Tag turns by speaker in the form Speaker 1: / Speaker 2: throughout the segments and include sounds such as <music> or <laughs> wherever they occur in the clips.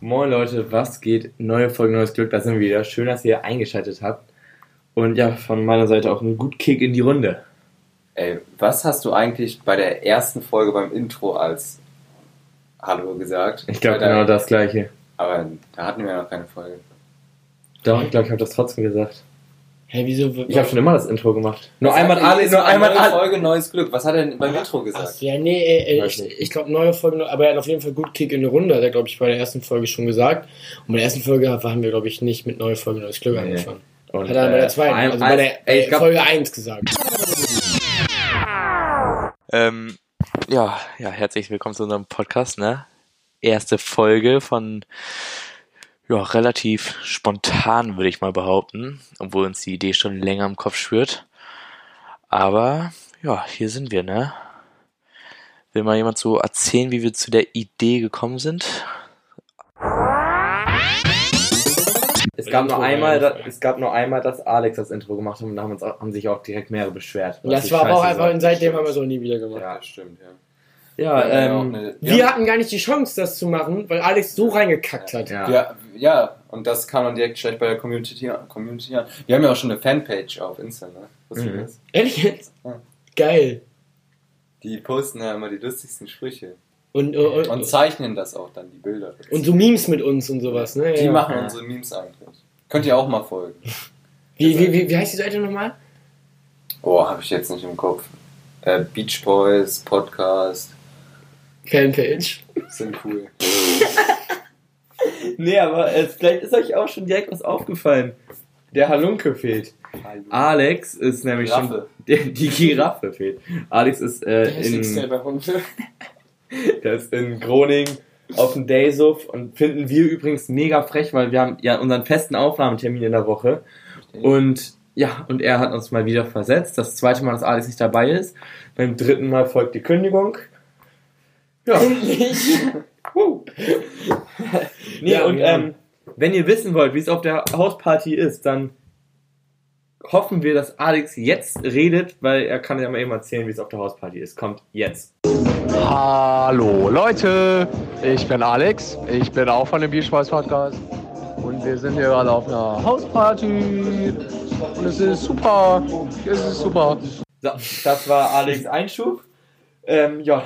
Speaker 1: Moin Leute, was geht? Neue Folge, neues Glück, da sind wir wieder. Schön, dass ihr eingeschaltet habt. Und ja, von meiner Seite auch einen guten Kick in die Runde.
Speaker 2: Ey, was hast du eigentlich bei der ersten Folge beim Intro als Hallo gesagt?
Speaker 1: Ich glaube
Speaker 2: Bei der-
Speaker 1: genau das gleiche.
Speaker 2: Aber da hatten wir ja noch keine Folge.
Speaker 1: Doch, ich glaube, ich habe das trotzdem gesagt.
Speaker 3: Hä, wieso?
Speaker 1: Ich habe schon immer das Intro gemacht. Nur
Speaker 2: Was
Speaker 1: einmal
Speaker 2: hat denn
Speaker 1: alle,
Speaker 2: jetzt
Speaker 1: nur
Speaker 2: bei
Speaker 1: einmal
Speaker 2: neue
Speaker 1: alle. Ah,
Speaker 2: Folge, neues Glück. Was hat er denn beim Intro
Speaker 3: Ach,
Speaker 2: gesagt?
Speaker 3: ja, nee, ey, ey,
Speaker 1: Weiß
Speaker 3: ich,
Speaker 1: nicht.
Speaker 3: ich glaube, neue Folge, ne, aber er hat auf jeden Fall gut Kick in die Runde, hat er, glaube ich, bei der ersten Folge schon gesagt. Und bei der ersten Folge haben wir, glaube ich, nicht mit neue Folge neues Glück angefangen.
Speaker 1: Und,
Speaker 3: Hat er bei
Speaker 1: äh,
Speaker 3: der zweiten,
Speaker 1: ein-
Speaker 3: also bei
Speaker 1: ein-
Speaker 3: der
Speaker 1: ey,
Speaker 3: äh,
Speaker 1: ich glaub-
Speaker 3: Folge 1 gesagt.
Speaker 4: Ähm, ja, ja, herzlich willkommen zu unserem Podcast, ne? Erste Folge von, ja, relativ spontan, würde ich mal behaupten, obwohl uns die Idee schon länger im Kopf schwirrt. Aber, ja, hier sind wir, ne? Will mal jemand so erzählen, wie wir zu der Idee gekommen sind?
Speaker 1: Es gab,
Speaker 3: Intro
Speaker 1: nur
Speaker 3: bei
Speaker 1: einmal,
Speaker 3: einer
Speaker 1: da,
Speaker 3: Folge.
Speaker 1: es gab nur einmal, dass Alex das Intro gemacht hat und da haben, uns auch, haben sich auch direkt mehrere beschwert.
Speaker 3: Und
Speaker 1: was
Speaker 3: das
Speaker 1: ich
Speaker 3: war aber auch
Speaker 1: scheiße
Speaker 3: einfach,
Speaker 1: sag.
Speaker 3: und seitdem haben wir es auch nie wieder gemacht.
Speaker 1: Ja.
Speaker 2: Das stimmt, ja.
Speaker 1: Ja, ähm,
Speaker 2: ja, auch eine-
Speaker 3: Wir hatten gar nicht die Chance, das zu machen, weil Alex so reingekackt hat.
Speaker 1: ja.
Speaker 2: ja, ja, und das kam dann direkt schlecht bei der Community, Community an. Wir haben ja auch schon eine Fanpage auf Insta, ne? Wusstest du
Speaker 1: Mhm.
Speaker 2: das?
Speaker 3: Ehrlich jetzt?
Speaker 2: Ja.
Speaker 3: Geil.
Speaker 2: Die posten ja immer die lustigsten Sprüche.
Speaker 3: Und, äh, und,
Speaker 2: Und
Speaker 3: und,
Speaker 2: zeichnen das auch dann, die Bilder.
Speaker 3: so Memes mit uns und sowas, ne?
Speaker 2: die
Speaker 3: ja.
Speaker 2: machen
Speaker 1: ja.
Speaker 2: unsere Memes eigentlich. Könnt ihr auch mal folgen.
Speaker 3: wie, wie, wie, wie heißt die Seite nochmal?
Speaker 2: Oh, habe ich jetzt nicht im Kopf. Äh, Beach Boys, Podcast,
Speaker 3: Fanpage.
Speaker 2: sind <laughs> cool.
Speaker 1: Nee, aber äh, vielleicht ist euch auch schon direkt was aufgefallen. Der Halunke fehlt.
Speaker 2: Ah,
Speaker 1: Alex ist nämlich schon. <laughs>
Speaker 2: Giraffe.
Speaker 1: Die, die Giraffe fehlt. Alex ist, äh, in,
Speaker 3: bei Hunde.
Speaker 1: <laughs> der ist in Groningen auf dem Daysuff und finden wir übrigens mega frech, weil wir haben ja unseren festen Aufnahmetermin in der Woche. Und ja, und er hat uns mal wieder versetzt. Das zweite Mal, dass Alex nicht dabei ist. Beim dritten Mal folgt die Kündigung. Ja. <laughs> Huh. nee,
Speaker 3: Ja,
Speaker 1: und
Speaker 3: ja.
Speaker 1: ähm, wenn ihr wissen wollt, wie es auf der Hausparty ist, dann hoffen wir, dass Alex jetzt redet, weil er kann ja mal eben erzählen, wie es auf der Hausparty ist. Kommt jetzt.
Speaker 5: Hallo Leute, ich bin Alex, ich bin auch von dem Beach Boys Podcast und wir sind hier gerade auf einer Hausparty und es ist super, es ist super.
Speaker 1: So, das war Alex Einschub. Ähm, ja,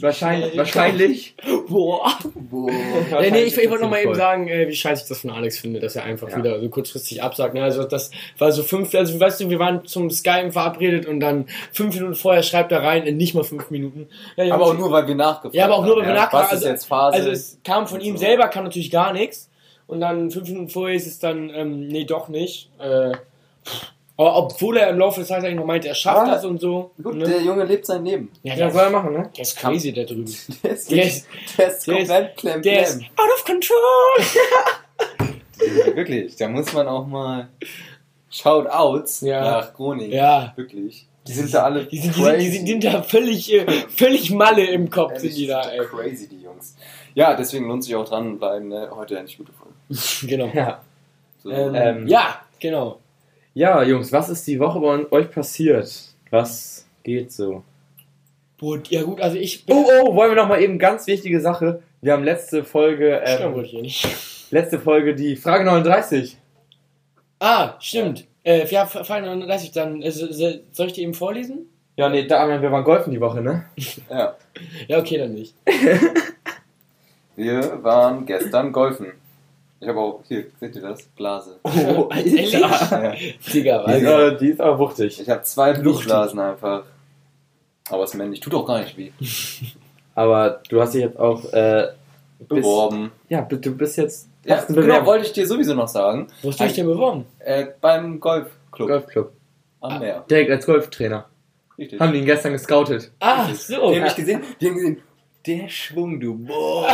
Speaker 1: wahrscheinlich, wahrscheinlich.
Speaker 3: Boah. Nee,
Speaker 1: wahrscheinlich
Speaker 3: nee, ich, ich wollte
Speaker 1: ist
Speaker 3: noch mal
Speaker 1: das sinnvoll.
Speaker 3: eben sagen, äh, wie scheiße ich das von Alex finde, dass er einfach
Speaker 1: Ja.
Speaker 3: wieder so kurzfristig absagt. Ne? Also das war so fünf, also weißt du, wir waren zum Skype verabredet und dann fünf Minuten vorher schreibt er rein, in nicht mal fünf Minuten. Ja, Jungs,
Speaker 2: Aber auch nur, weil wir nachgefragt haben.
Speaker 3: Ja, aber auch nur, weil wir nachgefragt
Speaker 2: Was ist
Speaker 3: haben.
Speaker 2: jetzt Phase?
Speaker 3: also es kam von ihm selber, kam natürlich gar nichts. Und dann fünf Minuten vorher ist es dann, ähm, nee, doch nicht. Äh, aber obwohl er im Laufe des Tages eigentlich noch meinte, er schafft
Speaker 2: Aber
Speaker 3: das und so.
Speaker 2: Gut,
Speaker 3: ne?
Speaker 2: der Junge lebt sein Leben. <laughs>
Speaker 3: ja,
Speaker 1: Ja,
Speaker 3: der,
Speaker 1: soll er machen, ne?
Speaker 3: der ist crazy da drüben.
Speaker 2: Der ist,
Speaker 3: Der ist-
Speaker 2: der ist
Speaker 3: der ist-
Speaker 2: komplett klemm,
Speaker 3: Der ist out of control.
Speaker 2: Wirklich, da muss man auch mal Shoutouts
Speaker 3: Ja.
Speaker 2: nach Groningen.
Speaker 3: Ja.
Speaker 2: Wirklich. Die sind da alle
Speaker 3: Die sind, die, sind,
Speaker 2: crazy.
Speaker 3: die, sind, die sind da völlig, äh, völlig Malle im Kopf,
Speaker 2: Ehrlich,
Speaker 3: sind die da, äh, ey.
Speaker 2: crazy, die Jungs. Ja, deswegen lohnt sich auch dranbleiben. Ne? Heute eine gute Folge.
Speaker 3: Genau.
Speaker 1: Ja.
Speaker 2: So.
Speaker 3: Ähm,
Speaker 1: Ähm.
Speaker 3: ja, genau.
Speaker 1: ja, Jungs, was ist die Woche bei euch passiert? Was geht so?
Speaker 3: Boah, ja gut, also ich bin...
Speaker 1: Oh, oh, wollen wir noch mal eben ganz wichtige Sache. Wir haben letzte Folge,
Speaker 3: Stimmt,
Speaker 1: ähm,
Speaker 3: wurde hier nicht.
Speaker 1: letzte Folge die Frage 39.
Speaker 3: Ah, stimmt. Äh, ja, fein, dann lass ich dann... äh, so- Soll ich die eben vorlesen?
Speaker 1: Ja, nee, da wir waren golfen die Woche, ne?
Speaker 2: ja.
Speaker 3: Ja, okay, dann nicht.
Speaker 2: Wir waren gestern golfen. Ich habe auch, hier, seht ihr das?
Speaker 3: <laughs>
Speaker 2: Blase. <laughs>
Speaker 1: Oh,
Speaker 2: Ja.
Speaker 3: Alter. Digga,
Speaker 1: Die ist,
Speaker 3: also,
Speaker 1: aber, die ist aber wuchtig.
Speaker 2: Ich habe zwei Blutblasen einfach. Aber es männlich tut auch gar nicht weh.
Speaker 1: Aber du hast dich jetzt auch, äh, bist,
Speaker 2: Beworben.
Speaker 1: ja, bi- du bist jetzt,
Speaker 2: Ja,
Speaker 1: hast eine
Speaker 2: genau,
Speaker 1: Bewerbung.
Speaker 2: wollte ich dir sowieso noch sagen.
Speaker 3: Wo hast du dich denn beworben?
Speaker 2: Äh, beim Golfclub
Speaker 1: Golfclub.
Speaker 3: Ah.
Speaker 2: am Meer.
Speaker 1: Direkt als Golftrainer.
Speaker 2: Richtig.
Speaker 1: Haben die ihn gestern gescoutet.
Speaker 3: Ah, so.
Speaker 2: Die haben mich gesehen, die haben gesehen, der Schwung, du.
Speaker 3: <laughs>
Speaker 2: Boah,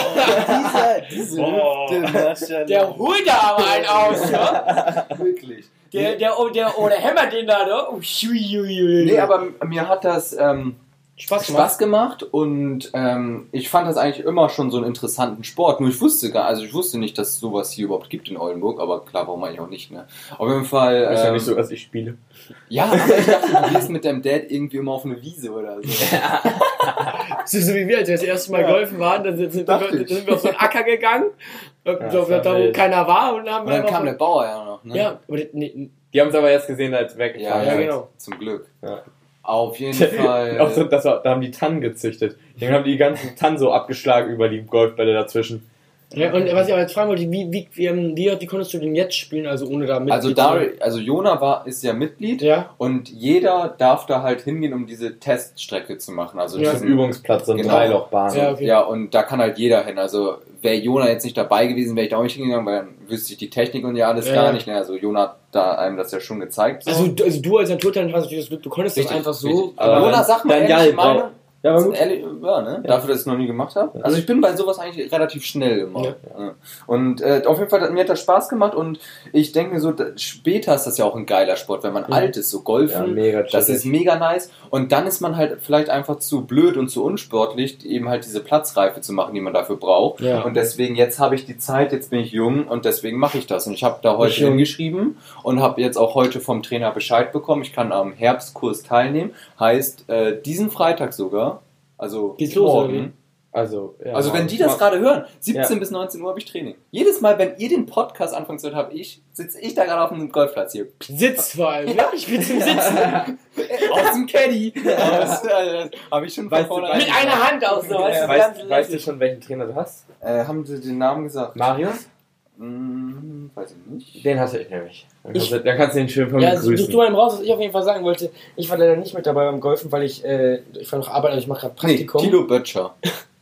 Speaker 2: dieser, diese
Speaker 3: Boah.
Speaker 2: Hüfte, Maschallah.
Speaker 3: Der holt da aber einen aus, ja?
Speaker 2: Wirklich.
Speaker 3: Der, der, oh, der, oh, der hämmert den da, ne? Oh, schui, jui, jui.
Speaker 2: Nee, aber mir hat das ähm,
Speaker 3: Spaß gemacht.
Speaker 2: Spaß gemacht und ähm, ich fand das eigentlich immer schon so einen interessanten Sport. Nur ich wusste gar, also ich wusste nicht, dass es sowas hier überhaupt gibt in Oldenburg, aber klar, warum eigentlich auch nicht, ne? Auf jeden Fall. Ähm,
Speaker 1: ist ja nicht so, dass ich spiele.
Speaker 2: ja, aber ich dachte, du gehst mit deinem Dad irgendwie immer auf eine Wiese oder so.
Speaker 3: So, so wie wir, als wir das erste Mal
Speaker 2: Ja.
Speaker 3: golfen waren, dann sind, sind,
Speaker 2: Dachte
Speaker 3: wir,
Speaker 2: ich.
Speaker 3: dann sind wir auf so einen Acker gegangen, so,
Speaker 6: das war
Speaker 3: da wo
Speaker 6: wild.
Speaker 3: keiner war und haben
Speaker 2: Und dann
Speaker 3: einfach-
Speaker 2: kam der Bauer ja noch, ne?
Speaker 3: Ja, aber das- nee,
Speaker 6: Die haben es aber erst gesehen, als
Speaker 2: Ja,
Speaker 6: weggefahren
Speaker 2: ja,
Speaker 3: Ja,
Speaker 6: sind.
Speaker 3: genau.
Speaker 2: Zum Glück.
Speaker 6: Ja.
Speaker 2: Auf jeden Fall.
Speaker 6: Auch so, das war, da haben die Tannen gezüchtet. Die haben die ganzen Tannen so abgeschlagen über die Golfbälle dazwischen.
Speaker 3: Ja, und was ich aber jetzt fragen wollte, wie, wie, wie, ähm, wie, wie konntest du den jetzt spielen, also ohne da mit
Speaker 2: also, da, also Jona war, ist ja Mitglied
Speaker 3: Ja,
Speaker 2: und jeder darf da halt hingehen, um diese Teststrecke zu machen. Also
Speaker 3: Ja.
Speaker 6: Das ist
Speaker 2: diesen
Speaker 6: ein Übungsplatz, so eine
Speaker 2: Genau.
Speaker 6: Dreilochbahn.
Speaker 3: ja, okay.
Speaker 2: Ja, und da kann halt jeder hin. Also wäre Jona jetzt nicht dabei gewesen, wäre ich da auch nicht hingegangen, weil dann wüsste ich die Technik und ja alles
Speaker 3: Ja.
Speaker 2: gar nicht. Ne? Also Jona hat da einem das ja schon gezeigt. So.
Speaker 3: Also, du- also du als Naturtalent hast natürlich das Glück, du konntest das
Speaker 2: Richtig,
Speaker 3: einfach so.
Speaker 2: richtig.
Speaker 6: aber
Speaker 2: Jona,
Speaker 6: dann-
Speaker 2: sag mal,
Speaker 6: dann
Speaker 2: ehrliche
Speaker 6: ja,
Speaker 2: Meinung.
Speaker 6: Ja,
Speaker 2: Das
Speaker 6: aber
Speaker 2: sind
Speaker 6: gut.
Speaker 2: ehrlich, ja, ne? Dafür, dass ich es noch nie gemacht habe. Also ich bin bei sowas eigentlich relativ schnell immer.
Speaker 3: Ja.
Speaker 2: Ja. Und äh, auf jeden Fall, hat- mir hat das Spaß gemacht und ich denke mir so, da, später ist das ja auch ein geiler Sport, wenn man alt ist, so
Speaker 6: Ja,
Speaker 2: golfen.
Speaker 6: mega
Speaker 2: das
Speaker 6: chillig.
Speaker 2: ist mega nice. Und dann ist man halt vielleicht einfach zu blöd und zu unsportlich, eben halt diese Platzreife zu machen, die man dafür braucht.
Speaker 3: Ja.
Speaker 2: Und deswegen, jetzt habe ich die Zeit, jetzt bin ich jung und deswegen mache ich das. Und ich habe da heute
Speaker 3: Nicht jung.
Speaker 2: hingeschrieben und habe jetzt auch heute vom Trainer Bescheid bekommen. Ich kann am Herbstkurs teilnehmen. Heißt, äh, diesen Freitag sogar, also
Speaker 3: Geht's los, oder wie?
Speaker 6: Also, ja,
Speaker 2: Also wenn die das gerade hören, 17 bis 19 Uhr habe ich Training. Jedes Mal, wenn ihr den Podcast anfangs hört, habe ich, sitze ich da gerade auf dem Golfplatz
Speaker 3: <laughs>
Speaker 2: hier.
Speaker 3: Sitz vor allem, ne? Ich bin
Speaker 2: <laughs>
Speaker 3: zum Sitzen.
Speaker 2: Aus dem
Speaker 3: <laughs>
Speaker 2: Caddy. Aus- äh, habe ich schon von
Speaker 6: Weißt du,
Speaker 2: vornherein.
Speaker 3: Mit einer Hand auch so. weißt du, ganz
Speaker 6: Weißt, weißt du
Speaker 3: lässig.
Speaker 6: schon, welchen Trainer du hast?
Speaker 2: Äh, haben sie den Namen gesagt?
Speaker 6: Marius?
Speaker 2: Hm, weiß ich nicht.
Speaker 6: Den hatte ich nämlich. Dann
Speaker 3: Ich-
Speaker 6: kannst, du, dann kannst du den schön von
Speaker 3: Ja,
Speaker 6: mir
Speaker 3: also suchst
Speaker 6: grüßen.
Speaker 3: du einem raus, was ich auf jeden Fall sagen wollte. Ich war leider nicht mit dabei beim Golfen, weil ich, äh, ich war noch arbeiten, aber ich mache gerade
Speaker 2: Nee,
Speaker 3: Praktikum.
Speaker 2: Tilo Böttcher.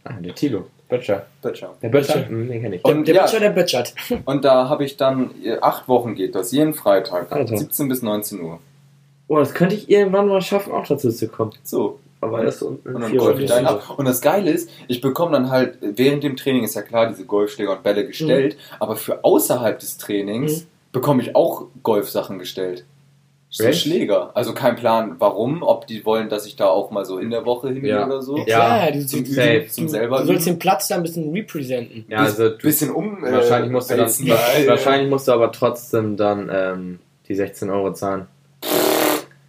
Speaker 6: ah, der Tilo. Böttcher.
Speaker 2: Böttcher.
Speaker 6: Der Böttcher? Hm, den kenne ich.
Speaker 3: Der,
Speaker 2: Und
Speaker 3: der
Speaker 2: ähm, ja.
Speaker 3: Böttcher, der Böttchert.
Speaker 2: Und da habe ich dann, äh, acht Wochen geht das, jeden Freitag,
Speaker 3: Also.
Speaker 6: Alter.
Speaker 2: 17 bis 19 Uhr.
Speaker 6: Oh, das könnte ich irgendwann mal schaffen, auch dazu zu kommen.
Speaker 2: So,
Speaker 6: Aber das so
Speaker 2: und
Speaker 6: ein
Speaker 2: dann golf ich
Speaker 3: Uhr.
Speaker 2: dann ab. Und das Geile ist, ich bekomme dann halt, während dem Training ist ja klar, diese Golfschläger und Bälle gestellt,
Speaker 6: Mhm.
Speaker 2: aber für außerhalb des Trainings bekomme ich auch Golfsachen gestellt. So
Speaker 6: Really?
Speaker 2: Schläger. Also kein Plan, warum, ob die wollen, dass ich da auch mal so in der Woche hingehe
Speaker 6: Ja.
Speaker 2: oder so.
Speaker 6: Ja.
Speaker 3: du,
Speaker 2: Zum
Speaker 3: du,
Speaker 2: Üben,
Speaker 6: Safe.
Speaker 2: zum
Speaker 3: du,
Speaker 2: selber
Speaker 3: du sollst
Speaker 2: üben.
Speaker 3: den Platz da ein bisschen representen.
Speaker 6: Ja, also du,
Speaker 2: bisschen um. äh,
Speaker 6: wahrscheinlich, musst du dann,
Speaker 2: wälzen.
Speaker 6: wahrscheinlich musst du aber trotzdem dann ähm, die 16 Euro zahlen.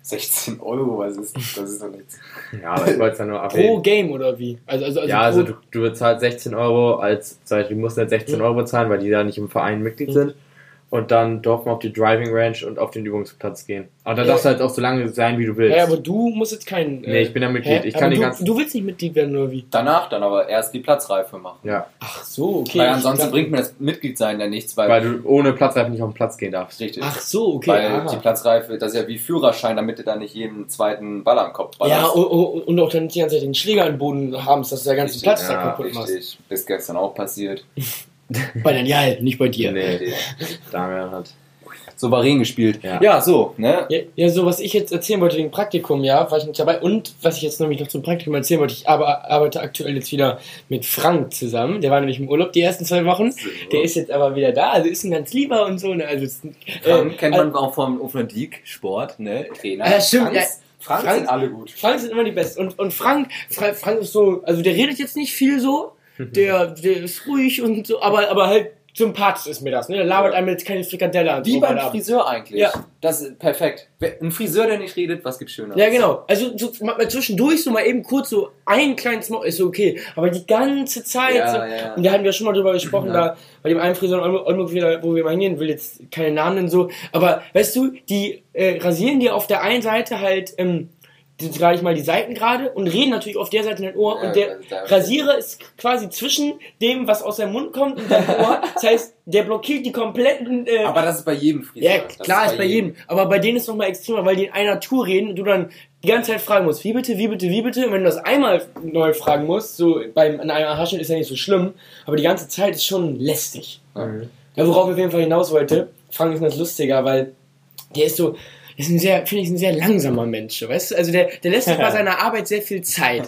Speaker 2: 16 Euro, was ist das? Das ist doch nichts.
Speaker 6: Ja, aber ich wollte es
Speaker 2: <laughs>
Speaker 6: ja nur
Speaker 3: Pro
Speaker 6: erwähnen.
Speaker 3: Game oder wie? Also, also, also
Speaker 6: ja,
Speaker 3: pro,
Speaker 6: also du, du bezahlst 16 Euro als, zum Beispiel, du musst nicht 16 Euro bezahlen, weil die da nicht im Verein Mitglied
Speaker 3: Mhm.
Speaker 6: sind. Und dann dürfen wir auf die Driving Range und auf den Übungsplatz gehen. Aber da darfst du halt auch so lange sein, wie du willst.
Speaker 3: ja, aber du musst jetzt kein.
Speaker 6: nee, ich bin da Mitglied. Ich kann
Speaker 3: aber
Speaker 6: die
Speaker 3: du,
Speaker 6: ganzen.
Speaker 3: du willst nicht Mitglied werden oder wie?
Speaker 2: Danach dann aber erst die Platzreife machen.
Speaker 6: Ja,
Speaker 3: Ach so, okay.
Speaker 2: weil
Speaker 3: Ich
Speaker 2: ansonsten
Speaker 3: dachte-
Speaker 2: bringt mir das Mitgliedsein ja nichts, weil,
Speaker 6: weil du ohne Platzreifen nicht auf den Platz gehen darfst.
Speaker 2: richtig.
Speaker 3: Ach so, okay.
Speaker 2: weil
Speaker 3: aha.
Speaker 2: die Platzreife, das ist ja wie Führerschein, damit du da nicht jeden zweiten Ball am Kopf
Speaker 3: ja, oh, oh, und auch dann nicht die ganze Zeit den Schläger im Boden haben, dass du den ganzen
Speaker 2: Richtig,
Speaker 3: Platz da
Speaker 6: ja,
Speaker 3: kaputt machst.
Speaker 2: richtig. Ist gestern auch passiert.
Speaker 3: Bei Daniel, nicht bei dir.
Speaker 6: Nee, Damian hat.
Speaker 2: Souverän gespielt. Ja,
Speaker 6: Ja.
Speaker 2: so, ne?
Speaker 3: Ja, ja, so was ich jetzt erzählen wollte wegen Praktikum, ja, war ich nicht dabei. Und was ich jetzt nämlich noch zum Praktikum erzählen wollte, ich aber, arbeite aktuell jetzt wieder mit Frank zusammen. Der war nämlich im Urlaub die ersten zwei Wochen. Der ist jetzt aber wieder da, also ist ein ganz lieber und so. Ne? Also ist, ein-
Speaker 2: Frank
Speaker 3: äh,
Speaker 2: kennt man auch vom Ofnadik Sport, ne? Trainer.
Speaker 3: Ah, ja, stimmt,
Speaker 2: Frank,
Speaker 3: ja.
Speaker 2: Frank,
Speaker 3: Frank-
Speaker 2: sind alle gut.
Speaker 3: Frank sind immer die Besten. Und, und Frank, Fra- Frank ist so, also der redet jetzt nicht viel so, der, der ist ruhig und so, aber, aber halt sympathisch ist mir das, ne? Der labert
Speaker 2: Ja.
Speaker 3: einem jetzt keine Frikadelle an.
Speaker 2: Wie beim Friseur eigentlich.
Speaker 3: Ja.
Speaker 2: Das ist perfekt. Wer- Ein Friseur, der nicht redet, was gibt Schöneres?
Speaker 3: Ja, genau. Also so, mal, mal zwischendurch so mal eben kurz so einen kleinen Smog ist so okay. Aber die ganze Zeit.
Speaker 2: Ja,
Speaker 3: so,
Speaker 2: ja, ja.
Speaker 3: Und da hatten wir schon mal drüber gesprochen,
Speaker 2: Ja.
Speaker 3: da bei dem einen Friseur in Oldenburg- Oldenburg, wieder, wo wir mal hingehen, will jetzt keine Namen nennen, so. Aber weißt du, die äh, rasieren dir auf der einen Seite halt, ähm, sage ich mal, die Seiten gerade und reden natürlich auf der Seite in dein Ohr.
Speaker 2: Ja,
Speaker 3: und der
Speaker 2: also da-
Speaker 3: Rasierer ist quasi zwischen dem, was aus deinem Mund kommt
Speaker 2: <laughs>
Speaker 3: und deinem Ohr. Das heißt, der blockiert die kompletten. Äh,
Speaker 2: Aber das ist bei jedem Friseur.
Speaker 3: ja,
Speaker 2: Das
Speaker 3: klar, ist bei jedem. Aber bei denen ist noch mal extremer, weil die in einer Tour reden und du dann die ganze Zeit fragen musst, wie bitte, wie bitte, wie bitte. Und wenn du das einmal neu fragen musst, so beim, in einer Haarschnitt ist ja nicht so schlimm, aber die ganze Zeit ist schon lästig. Ja, worauf ich auf jeden Fall hinaus wollte, Frank ist ganz lustiger, weil der ist so, ist ein sehr, finde ich, ein sehr langsamer Mensch, so, weißt du? Also der, der lässt sich <laughs> bei seiner Arbeit sehr viel <laughs> Zeit.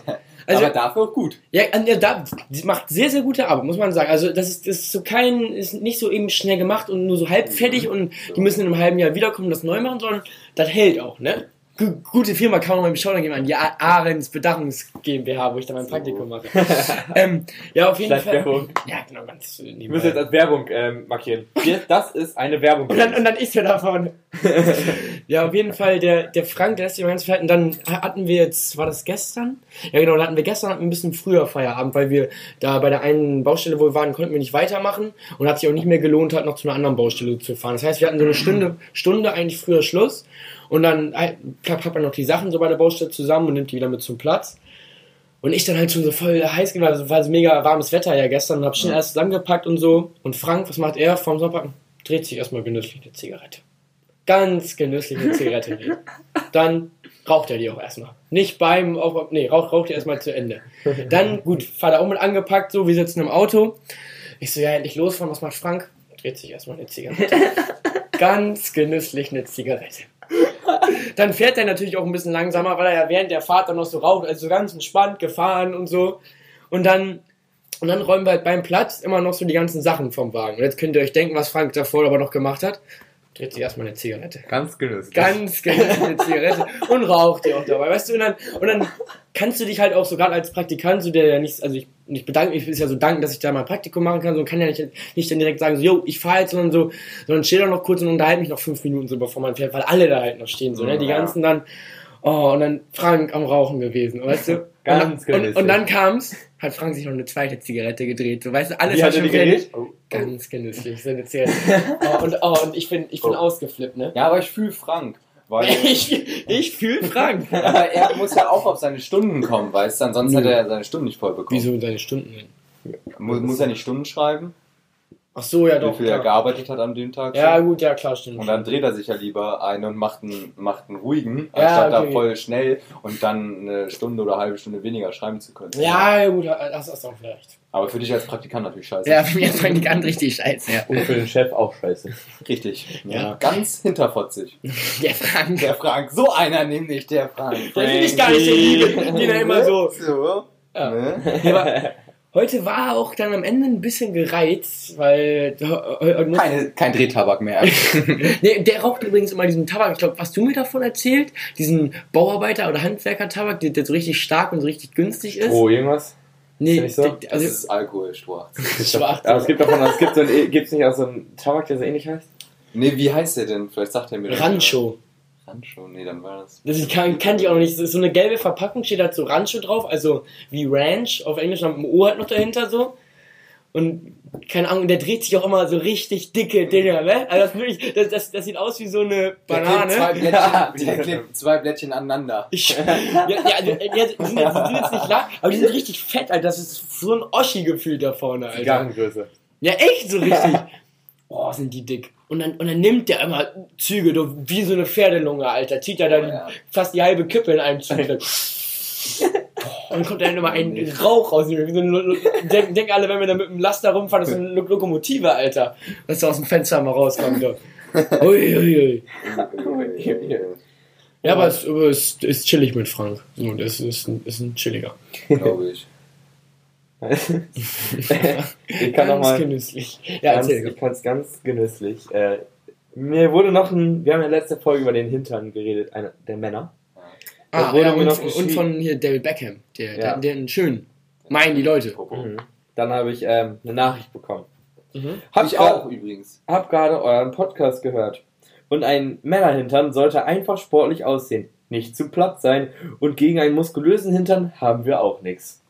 Speaker 3: Also,
Speaker 2: aber dafür auch gut.
Speaker 3: ja, an der- da die macht sehr, sehr gute Arbeit, muss man sagen. Also das ist, das ist so kein, ist nicht so eben schnell
Speaker 6: Mhm.
Speaker 3: gemacht und nur so halbfertig und die müssen in einem halben Jahr wiederkommen und das neu machen, sondern das hält auch, ne? gu- gute Firma, kann man mal im Shoutout geben an die A- Ahrens Bedachungs GmbH, wo ich da mein Praktikum mache. <laughs> ähm, ja, auf jeden
Speaker 6: <laughs> Vielleicht
Speaker 3: Fall.
Speaker 6: Werbung.
Speaker 3: Ja, genau, ganz
Speaker 6: Wir müssen jetzt als Werbung ähm, markieren. Hier, das ist eine <laughs> Werbung.
Speaker 3: Und dann, und dann ist er davon. <laughs> ja, auf jeden Fall, der, der Frank, der lässt sich immer ganz viel Zeit. Und dann hatten wir jetzt, war das gestern? Ja, genau, da hatten wir gestern hatten wir ein bisschen früher Feierabend, weil wir da bei der einen Baustelle, wo wir waren, konnten wir nicht weitermachen. Und hat sich auch nicht mehr gelohnt, halt noch zu einer anderen Baustelle zu fahren. Das heißt, wir hatten so eine Stunde, Stunde eigentlich früher Schluss. Und dann äh, packt packt man noch die Sachen so bei der Baustelle zusammen und nimmt die wieder mit zum Platz. Und ich dann halt schon so voll heiß gewesen, also war so mega warmes Wetter ja gestern und hab schnell alles zusammengepackt und so. Und Frank, was macht er vorm Zusammenpacken? Dreht sich erstmal genüsslich eine Zigarette. Ganz genüsslich eine Zigarette dreht. Dann raucht er die auch erstmal. Nicht beim, auf, nee, raucht, raucht er erstmal zu Ende. Dann, gut, Vater auch mit angepackt, so, wir sitzen im Auto. Ich so, ja, endlich losfahren, was macht Frank? Dreht sich erstmal eine Zigarette. Ganz genüsslich eine Zigarette. Dann fährt er natürlich auch ein bisschen langsamer, weil er ja während der Fahrt dann noch so raucht, also so ganz entspannt gefahren und so. Und dann, und dann räumen wir halt beim Platz immer noch so die ganzen Sachen vom Wagen. Und jetzt könnt ihr euch denken, was Frank davor aber noch gemacht hat. Dreht sich erstmal eine Zigarette
Speaker 6: Ganz genüsslich.
Speaker 3: ganz genüsslich eine Zigarette und raucht die auch dabei, weißt du? Und dann, und dann kannst du dich halt auch so gerade als Praktikant, so der ja nichts, also ich, ich bedanke mich, ist ja so dankbar, dass ich da mal Praktikum machen kann, so kann ja nicht, nicht dann direkt sagen, so, yo, ich fahre jetzt, sondern so, sondern chill doch noch kurz und unterhalte mich noch fünf Minuten so, bevor man fährt, weil alle da halt noch stehen, so, ne? Die
Speaker 6: Ja.
Speaker 3: ganzen dann, oh, und dann Frank am Rauchen gewesen, weißt du?
Speaker 6: <laughs> Ganz
Speaker 3: und, und,
Speaker 6: genüsslich.
Speaker 3: und dann kam's, hat Frank sich noch eine zweite Zigarette gedreht, so, weißt du, alles
Speaker 6: Wie
Speaker 3: hat
Speaker 6: hat er
Speaker 3: schon
Speaker 6: die
Speaker 3: fertig-
Speaker 6: geredet?
Speaker 3: Ganz genüsslich, so eine
Speaker 6: <laughs>
Speaker 3: Zigarette. oh, und, oh, und ich bin, ich bin
Speaker 2: Oh.
Speaker 3: ausgeflippt, ne?
Speaker 2: Ja, aber ich fühle Frank. Weil
Speaker 3: <laughs> Ich, ich fühle Frank.
Speaker 2: aber er muss ja auch auf seine Stunden kommen, weißt du? Ansonsten
Speaker 3: Nö.
Speaker 2: hätte er seine Stunden nicht voll bekommen.
Speaker 3: Wieso deine Stunden hin?
Speaker 2: Muss, muss er nicht Stunden schreiben,
Speaker 3: Ach so, ja
Speaker 2: wie
Speaker 3: doch.
Speaker 2: viel er
Speaker 3: Klar.
Speaker 2: gearbeitet hat an dem Tag?
Speaker 3: Ja,
Speaker 2: schon?
Speaker 3: gut, ja klar, stimmt.
Speaker 2: Und dann dreht er sich ja lieber ein und macht einen, macht einen ruhigen,
Speaker 3: Ja,
Speaker 2: anstatt
Speaker 3: okay.
Speaker 2: da voll schnell und dann eine Stunde oder eine halbe Stunde weniger schreiben zu können.
Speaker 3: ja, ja, gut, das ist auch vielleicht.
Speaker 2: Aber für dich als Praktikant natürlich scheiße.
Speaker 3: Ja, <laughs> für mich ist Frank an richtig scheiße. Ja.
Speaker 6: Und für den Chef auch scheiße.
Speaker 2: Richtig.
Speaker 3: Ja.
Speaker 2: Ganz hinterfotzig.
Speaker 3: Der Frank.
Speaker 2: Der Frank, so einer nämlich, der Frank. Ne?
Speaker 3: Der will ich gar nicht so lieben, den er immer so.
Speaker 2: So.
Speaker 3: Ja.
Speaker 2: Ne?
Speaker 3: Aber heute war er auch dann am Ende ein bisschen gereizt, weil. äh,
Speaker 2: Keine, kein Drehtabak mehr.
Speaker 3: <laughs> Nee, der raucht übrigens immer diesen Tabak. Ich glaube, was du mir davon erzählt, diesen Bauarbeiter- oder Handwerker-Tabak, der, der so richtig stark und so richtig günstig ist.
Speaker 6: Oh, irgendwas?
Speaker 3: nee,
Speaker 6: ist nicht so?
Speaker 3: der- der-
Speaker 2: Das
Speaker 3: also,
Speaker 2: ist Alkohol, Schwarz.
Speaker 3: schwarz.
Speaker 6: Aber es gibt davon, es gibt so ein, gibt's nicht auch so einen Tabak, der so ähnlich heißt?
Speaker 2: Nee, wie heißt der denn? Vielleicht sagt er mir das.
Speaker 3: Rancho.
Speaker 2: Rancho, nee, dann war das.
Speaker 3: Das ich kann, kannte ich auch noch nicht. Das ist so eine gelbe Verpackung, steht dazu Rancho drauf, also wie Ranch auf Englisch, mit dem O halt noch dahinter so. Und keine Ahnung, der dreht sich auch immer so richtig dicke Dinger, ne? Also das, ist wirklich, das, das, das sieht aus wie so eine
Speaker 2: Der klebt <laughs> zwei
Speaker 3: Banane.
Speaker 2: Blättchen,
Speaker 6: Ja.
Speaker 2: der klebt zwei Blättchen aneinander.
Speaker 3: Ich, ja, ja, also, ja, die sind, jetzt- die sind jetzt nicht lang, aber die sind richtig fett, Alter. Das ist so ein Oschi-Gefühl da vorne, Alter.
Speaker 6: Zigarrengröße.
Speaker 3: Ja, echt so richtig.
Speaker 6: <laughs>
Speaker 3: Boah, sind die dick. Und dann, und dann nimmt der immer Züge, du, wie so eine Pferdelunge, Alter. Zieht er dann
Speaker 2: Ja.
Speaker 3: fast die halbe Kippe in einem Zug. Dann- Boah, Und dann kommt dann immer ein Rauch raus. Wie so ein Lo- Lo- Denken denk alle, wenn wir da mit dem Laster rumfahren, das ist eine Lo Lokomotive, Alter. Dass du aus dem Fenster mal rauskommst.
Speaker 6: <laughs>
Speaker 3: du. Ui, ui, ui. Ja, aber es, aber es ist chillig mit Frank. So, das ist ein, ist ein chilliger.
Speaker 2: Glaube <laughs> ich.
Speaker 6: ich kann noch mal
Speaker 3: genüsslich. Ja,
Speaker 6: ganz,
Speaker 3: erzähl.
Speaker 6: ich fand's ganz genüsslich. Äh, mir wurde noch ein, wir haben in der letzten Folge über den Hintern geredet, einer der Männer.
Speaker 3: Ah,
Speaker 6: Da wurde
Speaker 3: ja,
Speaker 6: mir
Speaker 3: und,
Speaker 6: noch
Speaker 3: und von hier David Beckham, der, der,
Speaker 6: Ja.
Speaker 3: der einen schönen, meinen die Leute.
Speaker 6: Mhm. Dann habe ich ähm, eine Nachricht bekommen.
Speaker 3: Mhm.
Speaker 6: Hab
Speaker 2: Ich
Speaker 6: grad-
Speaker 2: auch übrigens.
Speaker 6: Hab gerade euren Podcast gehört. Und ein Männerhintern sollte einfach sportlich aussehen, nicht zu platt sein. Und gegen einen muskulösen Hintern haben wir auch nichts.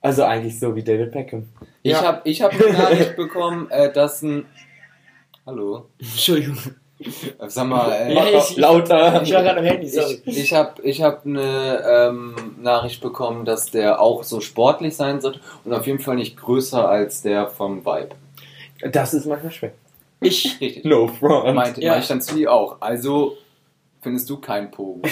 Speaker 6: Also eigentlich so wie David Beckham.
Speaker 2: Ich
Speaker 6: Ja.
Speaker 2: habe ich hab eine Nachricht bekommen, äh, dass ein. Hallo?
Speaker 3: Entschuldigung.
Speaker 2: Äh, Sag mal, äh,
Speaker 3: Ja, ich- ich- <laughs>
Speaker 6: lauter.
Speaker 3: Ich war gerade am Handy, sorry.
Speaker 2: Ich, ich habe ich hab eine ähm, Nachricht bekommen, dass der auch so sportlich sein sollte und auf jeden Fall nicht größer als der vom Vibe.
Speaker 6: Das ist manchmal schwer.
Speaker 3: Ich,
Speaker 2: Richtig.
Speaker 6: No front.
Speaker 2: Meinte
Speaker 3: Ja.
Speaker 2: meinte ich dann zu dir auch. Also findest du keinen Pogo.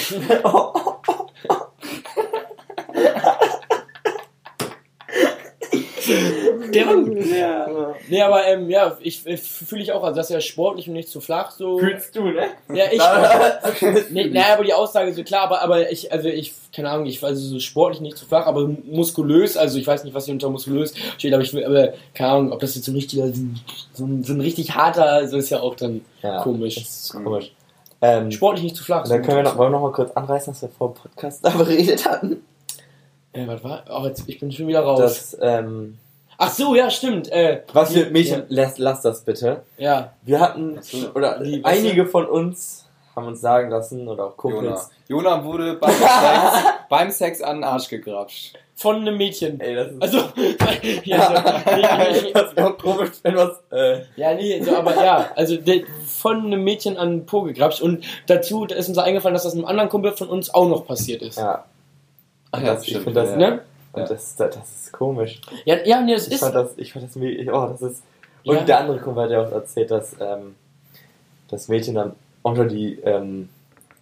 Speaker 3: der war gut.
Speaker 6: Ja.
Speaker 3: Nee, aber ähm, ja, ich, ich fühle ich auch, also dass er sportlich und nicht zu flach so.
Speaker 6: Fühlst du, ne?
Speaker 3: Ja, <laughs> ich. nee, naja, aber die Aussage so klar, aber, aber ich, also ich, keine Ahnung, ich also so sportlich nicht zu flach, aber muskulös, also ich weiß nicht, was hier unter muskulös steht, aber ich will, aber keine Ahnung, ob das jetzt so ein richtiger, so ein, so ein richtig harter, so ist ja auch dann
Speaker 6: Ja.
Speaker 3: komisch.
Speaker 6: Das ist komisch. Ähm,
Speaker 3: Sportlich nicht zu flach.
Speaker 6: dann können wir noch, wollen wir noch mal kurz anreißen, dass wir vor dem Podcast <laughs> darüber geredet hatten.
Speaker 3: Äh, was war? Oh, jetzt, ich bin schon wieder raus.
Speaker 6: Dass, ähm,
Speaker 3: Ach so, ja, stimmt. Äh,
Speaker 6: was
Speaker 3: die-
Speaker 6: für Mädchen,
Speaker 3: Ja.
Speaker 6: lass, lass das bitte.
Speaker 3: ja.
Speaker 6: Wir hatten,
Speaker 2: Ach so.
Speaker 6: oder
Speaker 3: Die- was
Speaker 6: einige von uns haben uns sagen lassen, oder auch
Speaker 2: Jona.
Speaker 6: Kumpels.
Speaker 2: Jona wurde beim Sex, beim Sex an den Arsch gegrapscht.
Speaker 3: Von einem Mädchen.
Speaker 6: Ey, das ist.
Speaker 3: Also, <laughs> ja, so, nee, nee, nee.
Speaker 6: das wäre <laughs> auch komisch, wenn was. Äh,
Speaker 3: ja, nee, so, aber ja, also der, von einem Mädchen an den Po gegrapscht und dazu ist uns eingefallen, dass das einem anderen Kumpel von uns auch noch passiert ist.
Speaker 6: ja.
Speaker 2: Ach
Speaker 6: ja, das- ich find das-
Speaker 2: ja.
Speaker 3: Ne?
Speaker 6: Und
Speaker 2: Ja.
Speaker 6: das, das, das ist komisch.
Speaker 3: Ja, ja, nee, das
Speaker 6: Ich
Speaker 3: ist.
Speaker 6: fand das, ich fand das mega. Oh, das ist. Und
Speaker 3: Ja.
Speaker 6: der andere Kumpel hat ja auch erzählt, dass ähm, das Mädchen dann unter die, ähm,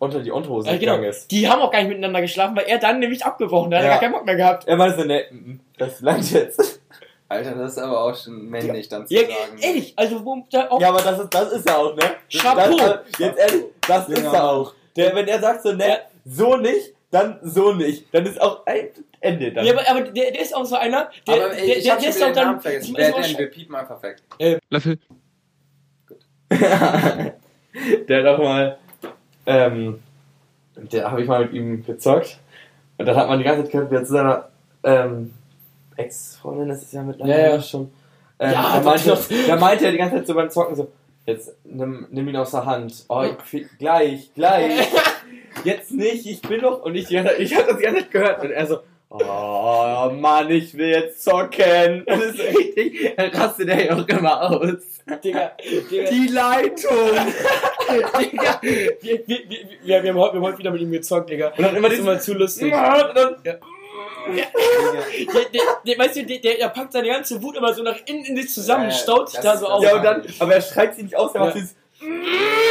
Speaker 6: unter die Unterhose
Speaker 3: Ja, genau.
Speaker 6: gegangen ist.
Speaker 3: Die haben auch gar nicht miteinander geschlafen, weil er dann nämlich abgebrochen hat. Er
Speaker 6: Ja.
Speaker 3: hat gar keinen Bock mehr gehabt.
Speaker 6: Er meinte so, ne, mm, das langt jetzt.
Speaker 2: Alter, das ist aber auch schon männlich dann zu
Speaker 3: Ja,
Speaker 2: sagen.
Speaker 3: ehrlich, also wo da auch.
Speaker 6: Ja, aber das ist, das ist ja auch, ne?
Speaker 3: Chapeau.
Speaker 6: Das, jetzt ehrlich, das ist
Speaker 2: Genau.
Speaker 6: ja auch. Der, wenn er sagt so, ne,
Speaker 3: Ja.
Speaker 6: so nicht, dann so nicht. Dann ist auch ein Ende dann.
Speaker 3: Ja, aber, aber der, der ist auch so einer, der,
Speaker 2: aber ey,
Speaker 3: der,
Speaker 2: ich
Speaker 3: der,
Speaker 2: hab
Speaker 3: der
Speaker 2: schon
Speaker 3: ist
Speaker 2: wieder
Speaker 3: auch
Speaker 2: den
Speaker 3: dann.
Speaker 2: Namen vergessen.
Speaker 3: ist
Speaker 2: Wer
Speaker 3: auch
Speaker 2: denn?
Speaker 3: sch-
Speaker 2: Wir piepen einfach weg.
Speaker 5: Löffel.
Speaker 6: <laughs> der hat auch mal, ähm, der habe ich mal mit ihm gezockt. Und dann hat man die ganze Zeit gehört, wie er zu seiner ähm, Ex-Freundin ist es ja mittlerweile
Speaker 3: Ja, ja.
Speaker 6: schon. Ähm,
Speaker 3: Ja,
Speaker 6: da,
Speaker 3: das-
Speaker 6: meinte,
Speaker 3: das-
Speaker 6: da meinte er die ganze Zeit so beim Zocken so, jetzt nimm, nimm ihn aus der Hand. Oh, ich, krieg- gleich,
Speaker 3: <laughs>
Speaker 6: gleich. Jetzt nicht, ich bin noch. Und ich, die ganze Zeit- ich habe das die ganze Zeit gehört. Und er so, oh Mann, ich will jetzt zocken. <laughs> Das ist richtig, er rastet er ja auch immer aus.
Speaker 3: Digga, Digga,
Speaker 6: Die Leitung.
Speaker 3: Digga. Wir, wir, wir, wir, wir, haben heute, wir haben heute wieder mit ihm gezockt, Digga.
Speaker 6: Und dann immer
Speaker 3: Das ist
Speaker 6: diesen
Speaker 3: immer zu lustig.
Speaker 6: Ja, dann-
Speaker 3: Der, der, der, weißt du, der, der, der packt seine ganze Wut immer so nach innen in sich zusammen,
Speaker 2: Ja, ja,
Speaker 3: staut sich
Speaker 2: das
Speaker 3: da
Speaker 2: ist
Speaker 3: so
Speaker 2: das
Speaker 3: auf.
Speaker 6: Ja, und dann, aber er schreit sie nicht aus, er macht
Speaker 3: Ja.
Speaker 6: dieses,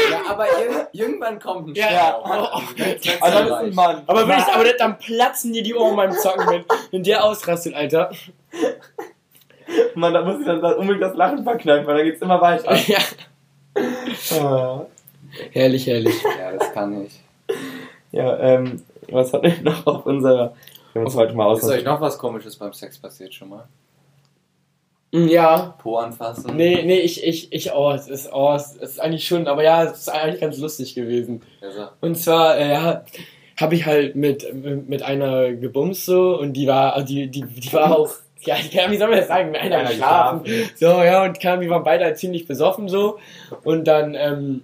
Speaker 2: Ja, aber ir irgendwann kommt ein
Speaker 3: Ja.
Speaker 2: Schlauch.
Speaker 3: Ja.
Speaker 6: also
Speaker 2: Also,
Speaker 6: das ist ein Mann.
Speaker 3: Aber wirklich,
Speaker 6: Mann.
Speaker 3: aber das, dann platzen dir die Ohren beim Zocken, wenn, wenn der ausrastet, Alter.
Speaker 6: <laughs> Mann, da muss ich dann unbedingt das Lachen verkneifen, weil dann geht's immer weiter.
Speaker 3: Ja.
Speaker 6: Ah.
Speaker 3: Herrlich, herrlich.
Speaker 2: ja, das kann ich.
Speaker 6: <laughs> ja, ähm, was hat denn noch auf unserer, wir haben uns heute mal
Speaker 2: Ist euch
Speaker 6: aus.
Speaker 2: noch was komisches beim Sex passiert schon mal?
Speaker 3: Mm, Ja.
Speaker 2: Po anfassen?
Speaker 3: Nee, nee, ich, ich, ich, oh, es ist, oh, es ist eigentlich schon, aber ja, es ist eigentlich ganz lustig gewesen.
Speaker 2: Also,
Speaker 3: Und zwar, äh, ja, habe ich halt mit, mit einer gebumst so und die war, also die, die, die war auch, ja, wie soll man das sagen, mit einer
Speaker 6: Einer
Speaker 3: geschlafen. So, ja, und kam, wir waren beide halt ziemlich besoffen so und dann, ähm,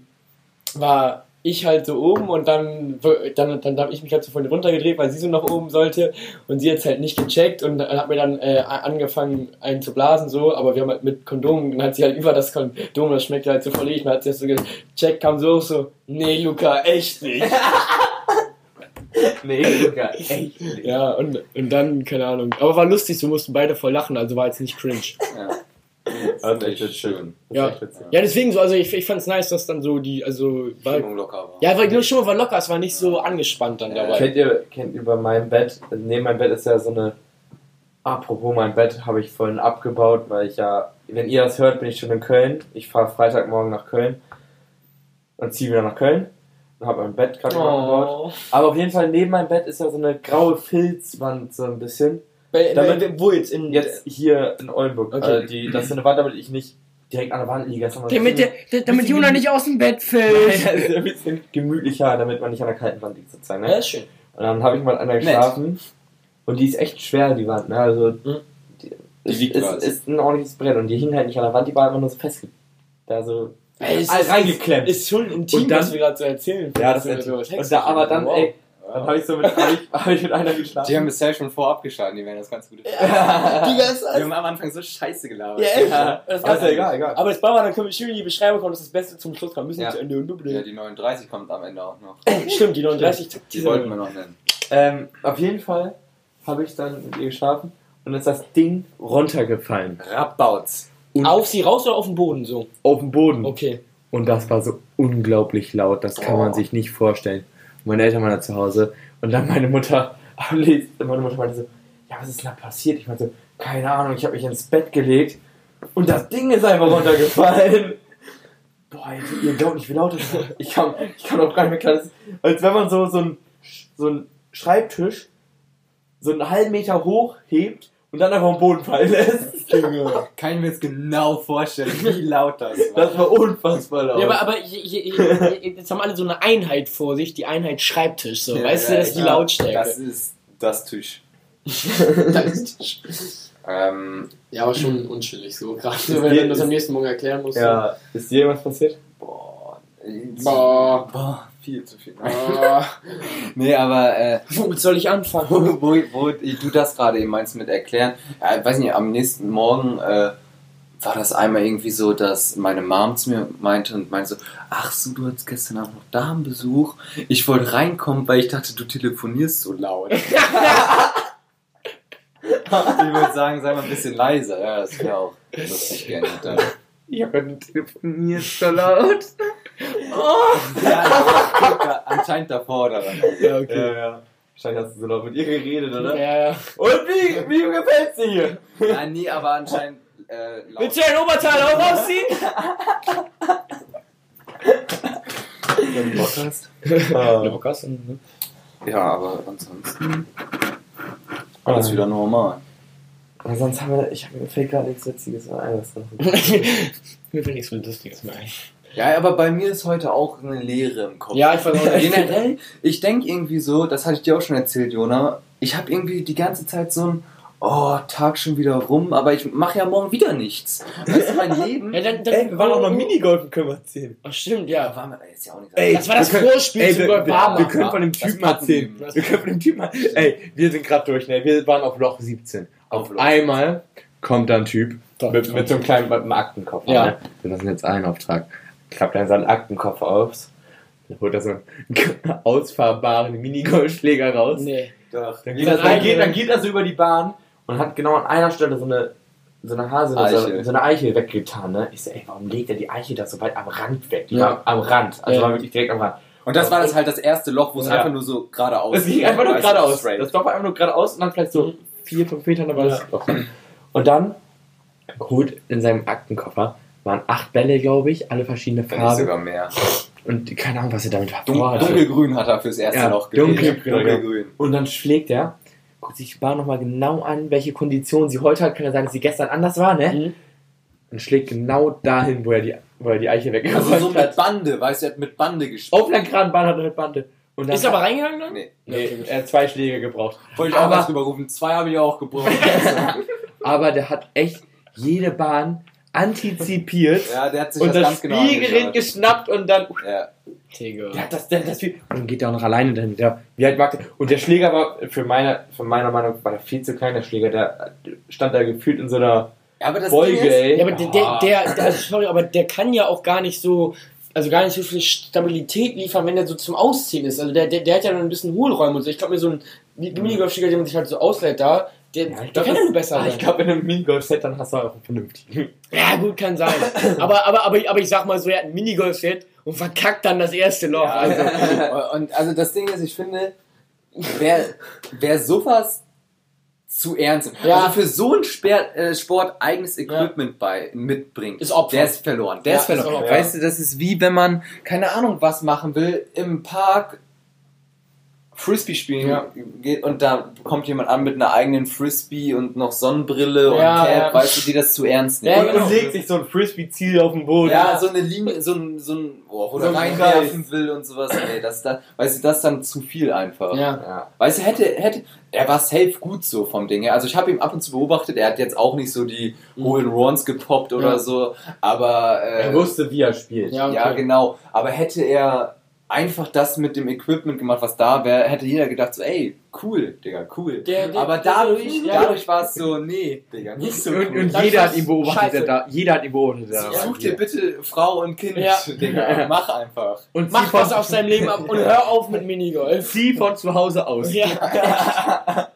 Speaker 3: war ich halt so oben und dann, dann, dann habe ich mich halt so von ihr runtergedreht, weil sie so nach oben sollte und sie jetzt halt nicht gecheckt und hat mir dann äh, angefangen einen zu blasen so, aber wir haben halt mit Kondomen, dann hat sie halt über das Kondom, das schmeckt halt so voll eklig, dann hat sie das so gecheckt, kam so hoch so, nee Luca, echt nicht.
Speaker 6: Nee, Digga, ey.
Speaker 3: Ja, und, und dann, keine Ahnung. Aber war lustig, so mussten beide voll lachen, also war jetzt nicht cringe.
Speaker 2: ja.
Speaker 6: Das ist echt schön. Das ist
Speaker 3: Ja.
Speaker 6: echt witzig.
Speaker 3: Ja, deswegen so, also ich, ich fand's nice, dass dann so die, also, war,
Speaker 2: Stimmung locker war.
Speaker 3: ja, weil nur schon mal war locker, es war nicht so angespannt dann
Speaker 2: Ja.
Speaker 3: dabei.
Speaker 6: Kennt ihr, kennt ihr bei meinem Bett, neben meinem Bett ist ja so eine, apropos mein Bett habe ich vorhin abgebaut, weil ich ja, wenn ihr das hört, bin ich schon in Köln. Ich fahre Freitagmorgen nach Köln und ziehe wieder nach Köln und habe mein Bett gerade abgebaut.
Speaker 3: Oh.
Speaker 6: Aber auf jeden Fall neben meinem Bett ist ja so eine graue Filzwand so ein bisschen.
Speaker 3: Weil,
Speaker 6: Damit-
Speaker 3: weil, wo jetzt? In,
Speaker 6: Jetzt hier in Oldenburg.
Speaker 3: Okay.
Speaker 6: Also die, das ist so eine Wand, damit ich nicht direkt an der Wand liege. Das ist nochmal so
Speaker 3: damit, der, der, damit Jona nicht aus dem Bett fällt.
Speaker 6: Ja, ist ein bisschen <laughs> gemütlicher, damit man nicht an der kalten Wand liegt sozusagen. Ne?
Speaker 3: Ja, ist schön.
Speaker 6: Und dann habe ich mal einer geschlafen. Und die ist echt schwer, die Wand. Ne? Also,
Speaker 3: Mhm.
Speaker 6: die,
Speaker 2: Die wiegt
Speaker 6: ist,
Speaker 2: was.
Speaker 6: ist, ist ein ordentliches Brett. Und die hing halt nicht an der Wand, die war immer nur so festge... Da so...
Speaker 3: Ey, es
Speaker 6: all
Speaker 3: ist-
Speaker 6: reingeklemmt.
Speaker 3: Ist schon intim,
Speaker 6: Und dann-
Speaker 3: was wir gerade so erzählen.
Speaker 6: ja, das
Speaker 3: ist
Speaker 6: ist...
Speaker 3: so.
Speaker 6: Und da, aber dann, ey, dann habe ich so mit, hab ich, <laughs> hab ich mit einer
Speaker 2: Die haben
Speaker 6: geschlafen.
Speaker 2: bisher schon vorab geschlagen, die werden das ganz gut.
Speaker 3: Digga, ist
Speaker 2: Wir haben am Anfang so scheiße gelabert.
Speaker 3: Ja, Also, echt?
Speaker 6: Ja,
Speaker 3: Das
Speaker 6: aber ist ja
Speaker 3: kann-
Speaker 6: egal, egal.
Speaker 3: Aber das Bauer, dann können wir schön in die Beschreibung kommen, dass das Beste zum Schluss kommt. Müssen
Speaker 6: Ja.
Speaker 3: wir zu Ende und
Speaker 2: Ja,
Speaker 3: dublin.
Speaker 2: die 39 kommt am Ende auch noch.
Speaker 3: Stimmt, die 39
Speaker 2: Die wollten wir noch nennen.
Speaker 6: Ähm, auf jeden Fall habe ich dann mit ihr geschlafen. Und dann ist das Ding runtergefallen.
Speaker 2: Rabbautz.
Speaker 3: Auf sie raus oder auf den Boden so?
Speaker 6: Auf den Boden.
Speaker 3: Okay.
Speaker 6: Und das war so unglaublich laut, das kann
Speaker 3: Oh.
Speaker 6: man sich nicht vorstellen. Meine Eltern waren da zu Hause und dann meine Mutter <laughs> am nächsten, meine Mutter meinte so, ja, was ist denn da passiert? Ich meinte so, keine Ahnung, ich habe mich ins Bett gelegt und das Ding ist einfach runtergefallen. <laughs> Boah, ihr- ihr glaubt nicht, wie laut das war. Ich kam, ich kam auch gar nicht mehr klar. Das ist, als wenn man so, so einen so einen Schreibtisch so einen halben Meter hoch hebt und dann einfach am Boden fallen lässt.
Speaker 3: Witz, Junge.
Speaker 2: Kann ich mir jetzt genau vorstellen,
Speaker 3: <laughs>
Speaker 2: wie laut das war.
Speaker 6: Das war unfassbar laut.
Speaker 3: Ja, aber, aber ich, ich, ich, jetzt haben alle so eine Einheit vor sich, die Einheit Schreibtisch, so. weißt du, das ist die
Speaker 2: ja,
Speaker 3: Lautstärke. <laughs>
Speaker 2: Das ist das Tisch. Ähm,
Speaker 3: ja, aber schon unschillig so, gerade
Speaker 6: wenn du das am
Speaker 3: nächsten Morgen erklären musst.
Speaker 6: ja. Ist dir jemals passiert?
Speaker 2: boah,
Speaker 3: Boah.
Speaker 2: boah, viel zu
Speaker 3: <laughs>
Speaker 2: viel.
Speaker 3: Ah.
Speaker 2: nee, aber äh,
Speaker 3: Womit soll ich anfangen?
Speaker 2: wo, wo, wo du das gerade eben meinst mit erklären, ja, ich weiß nicht, am nächsten Morgen äh, war das einmal irgendwie so, dass meine Mom zu mir meinte und meinte so, ach so, du hattest gestern Abend noch Damenbesuch. Ich wollte reinkommen, weil ich dachte, du telefonierst so
Speaker 3: <laughs>
Speaker 2: laut. ich würde sagen, sei mal ein bisschen leiser. Ja, das wäre auch lustig gerne. Dann.
Speaker 6: Ich habe ein telefoniert so laut.
Speaker 2: Ja, guck, da- anscheinend davor oder was?
Speaker 3: Ja,
Speaker 6: Ja, ja. Wahrscheinlich hast du so laut mit ihr geredet,
Speaker 3: Ja,
Speaker 6: oder?
Speaker 3: ja.
Speaker 6: Und wie, wie gefällt's dir hier?
Speaker 2: Ja, nee, aber anscheinend äh, laut.
Speaker 3: Willst du dein Oberteil auch ausziehen?
Speaker 2: wenn du Bock hast.
Speaker 6: Ah.
Speaker 2: Ja, aber ansonsten alles Ah, wieder normal.
Speaker 6: Aber sonst haben wir, ich hab, mir fällt gerade nichts Witziges ein. Was noch-
Speaker 3: <laughs> Mir fällt nichts Lustiges mehr ein.
Speaker 2: Ja, aber bei mir ist heute auch eine Leere im Kopf.
Speaker 3: Ja, ich weiß auch nicht.
Speaker 2: Generell, ich denke irgendwie so, das hatte ich dir auch schon erzählt, Jona, ich habe irgendwie die ganze Zeit so ein Oh, Tag schon wieder rum, aber ich mache ja morgen wieder nichts. Weißt du,
Speaker 6: <laughs>
Speaker 2: mein Leben.
Speaker 3: Ja, dann, dann,
Speaker 6: Ey, wir waren auch noch Minigolfen, können wir erzählen.
Speaker 3: Ach, stimmt, ja.
Speaker 2: war mir ist ja auch nicht
Speaker 6: Ey,
Speaker 3: Das war das
Speaker 6: wir können-
Speaker 3: Vorspiel
Speaker 6: Ey,
Speaker 3: zu
Speaker 6: wir, wir,
Speaker 3: Gold Barber.
Speaker 6: wir können von dem
Speaker 2: Das
Speaker 6: Typen
Speaker 2: passt
Speaker 6: erzählen.
Speaker 2: ihm.
Speaker 6: Wir können von dem Typen Ey, wir sind gerade durch, ne? Wir waren auf Loch 17.
Speaker 2: Auf
Speaker 6: Auf
Speaker 2: Loch
Speaker 6: einmal kommt da ein Typ
Speaker 3: Doch,
Speaker 6: mit,
Speaker 3: doch.
Speaker 6: mit so einem kleinen mit einem Aktenkoffer.
Speaker 3: Ja.
Speaker 6: Ne? Wir lassen jetzt einen Auftrag. Klappt dann seinen Aktenkoffer auf. Dann holt er so einen <laughs> ausfahrbaren Minigolfschläger raus.
Speaker 3: Nee.
Speaker 2: Doch.
Speaker 6: Dann, geht
Speaker 3: Dann
Speaker 6: er, dann,
Speaker 3: eine-
Speaker 6: geht, dann geht er so über die Bahn und hat genau an einer Stelle so eine, so eine Hase,
Speaker 2: Eichel.
Speaker 6: So, so eine Eichel weggetan. Ne? Ich so, ey, warum legt er die Eichel da so weit am Rand weg? Die
Speaker 3: Ja.
Speaker 6: war am Rand. Also
Speaker 3: Ja.
Speaker 6: war wirklich direkt am Rand.
Speaker 2: Und das war das halt das erste Loch, wo es
Speaker 6: Ja.
Speaker 2: einfach nur so geradeaus
Speaker 6: Es ging einfach nur
Speaker 2: Weißt du,
Speaker 6: geradeaus.
Speaker 2: straight.
Speaker 6: Das Dorf war einfach nur geradeaus und dann vielleicht so vier, fünf Meter, dann war
Speaker 3: Ja.
Speaker 6: das Dorf. Und dann holt in seinem Aktenkoffer waren acht Bälle, glaube ich, alle verschiedene
Speaker 2: Wenn nicht
Speaker 6: Farben
Speaker 2: sogar mehr.
Speaker 6: und keine Ahnung, was er damit
Speaker 2: Dun
Speaker 6: vorhatte.
Speaker 2: dunkelgrün hat er fürs erste
Speaker 6: Ja,
Speaker 2: Loch gewählt.
Speaker 6: dunkelgrün.
Speaker 2: dunkelgrün.
Speaker 6: Und dann schlägt er, guckt sich die Bahn nochmal genau an, welche Kondition sie heute hat. Kann ja sein, dass sie gestern anders war, ne?
Speaker 3: Mhm.
Speaker 6: Und schlägt genau dahin, wo er die, wo er die Eiche weggeräumt
Speaker 2: Also so mit
Speaker 6: hat.
Speaker 2: Bande, weißt du, er hat mit Bande gespielt.
Speaker 6: Auf einer geraden Bahn hat er mit Bande. Und dann
Speaker 3: Ist er aber reingegangen dann?
Speaker 2: Nee.
Speaker 6: nee, er hat zwei Schläge gebraucht.
Speaker 2: Wollte ich auch
Speaker 6: Aber-
Speaker 2: was rüberrufen. Zwei habe ich auch gebraucht.
Speaker 6: <laughs> Aber der hat echt jede Bahn antizipiert
Speaker 2: ja, der hat sich
Speaker 6: und
Speaker 2: das
Speaker 6: das
Speaker 2: ganz genau
Speaker 6: Spielgerät
Speaker 2: angeschaut.
Speaker 6: geschnappt und dann. oh,
Speaker 2: Ja.
Speaker 3: Digga.
Speaker 6: Der hat das, der hat das Spiel. Und geht da auch noch alleine dann wieder. Wie halt mag der? Und der Schläger war, für meine, für meiner Meinung, war der viel zu klein, der Schläger. Der stand da gefühlt in so einer
Speaker 2: ja, aber das
Speaker 6: Beuge,
Speaker 2: Ding ist,
Speaker 6: ey. Ah,
Speaker 3: Ja, aber der, der, der, der, also sorry, aber der kann ja auch gar nicht so, also gar nicht so viel Stabilität liefern, wenn der so zum Ausziehen ist. Also der, der, der hat ja dann ein bisschen Hohlräume und so. Ich glaube mir so ein Minigolfschläger, den man sich halt so ausleiht da, der,
Speaker 6: Ja, ich
Speaker 3: der
Speaker 6: glaub,
Speaker 3: kann ja
Speaker 6: das-
Speaker 3: nur besser
Speaker 6: Ah,
Speaker 3: sein.
Speaker 6: ich glaube, in einem Minigolf-Set, dann hast du auch einen vernünftigen.
Speaker 3: ja, gut, kann sein. aber, aber, aber, ich- aber ich sag mal so, er hat ein Minigolf-Set und verkackt dann das erste Loch.
Speaker 6: <laughs>
Speaker 3: Also,
Speaker 2: Also, und also das Ding ist, ich finde, wer, wer sowas zu ernst nimmt,
Speaker 3: Ja.
Speaker 2: also für so einen Sper äh, Sport eigenes Equipment bei, mitbringt,
Speaker 3: Ist Opfer.
Speaker 2: der ist verloren. Der
Speaker 3: Ja,
Speaker 2: ist verloren.
Speaker 3: ist Opfer.
Speaker 2: weißt du, das ist wie wenn man, keine Ahnung, was machen will, im Park Frisbee spielen
Speaker 3: Ja.
Speaker 2: geht und da kommt jemand an mit einer eigenen Frisbee und noch Sonnenbrille und
Speaker 3: Ja,
Speaker 2: Cap,
Speaker 3: ja.
Speaker 2: weißt du, die das zu ernst nehmen.
Speaker 3: Ja,
Speaker 6: und,
Speaker 3: genau.
Speaker 6: und legt sich so ein Frisbee-Ziel auf den Boden.
Speaker 2: Ja, so eine Linie, so ein, so ein oh, oder
Speaker 6: So ein
Speaker 2: reinwerfen will und sowas. Ey, das, das, weißt du, das ist dann zu viel einfach.
Speaker 3: ja.
Speaker 6: Ja.
Speaker 2: Weißt du, hätte, hätte, er war safe gut so vom Ding her. Also ich habe ihn ab und zu beobachtet, er hat jetzt auch nicht so die hohen Runs gepoppt oder
Speaker 3: Mhm. Ja.
Speaker 2: so, aber äh,
Speaker 6: Er wusste, wie er spielt.
Speaker 3: Ja, okay.
Speaker 2: ja genau. Aber hätte er einfach das mit dem Equipment gemacht, was da wäre, hätte jeder gedacht so, ey, cool, Digga, cool.
Speaker 3: Der- der-
Speaker 2: aber
Speaker 3: der-
Speaker 2: dadurch,
Speaker 3: ja.
Speaker 2: dadurch war es so,
Speaker 3: <laughs>
Speaker 2: nee, Digga, nicht so cool.
Speaker 6: Und, und
Speaker 3: Dann
Speaker 6: jeder
Speaker 3: war's
Speaker 6: hat ihn beobachtet,
Speaker 3: scheiße.
Speaker 6: der da, jeder hat ihn beobachtet. der da war.
Speaker 2: Such dir bitte Frau und Kind,
Speaker 3: Ja.
Speaker 2: Digga, mach einfach.
Speaker 6: und zieh
Speaker 3: Mach
Speaker 6: von,
Speaker 3: was auf seinem Leben ab und hör auf mit Minigolf.
Speaker 6: zieh von zu Hause aus.
Speaker 3: Ja.
Speaker 6: <laughs>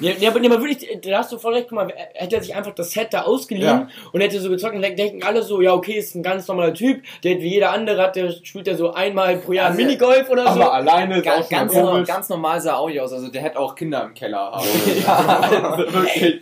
Speaker 3: ja, ja, aber, ja, aber wirklich, äh, da hast du voll recht, guck mal, hätte er sich einfach das Set da ausgeliehen
Speaker 2: Ja.
Speaker 3: und hätte so gezockt und denk- denken alle so, ja okay, ist ein ganz normaler Typ, der wie jeder andere hat, der spielt ja so einmal pro Jahr
Speaker 2: Also,
Speaker 3: Minigolf oder so.
Speaker 6: Aber alleine ist
Speaker 2: Ganz, ganz,
Speaker 6: auch ganz
Speaker 2: normal,
Speaker 6: komisch.
Speaker 2: ganz normal sah er auch nicht aus, also der hätte auch Kinder im Keller. Aber <laughs>
Speaker 6: Also wirklich.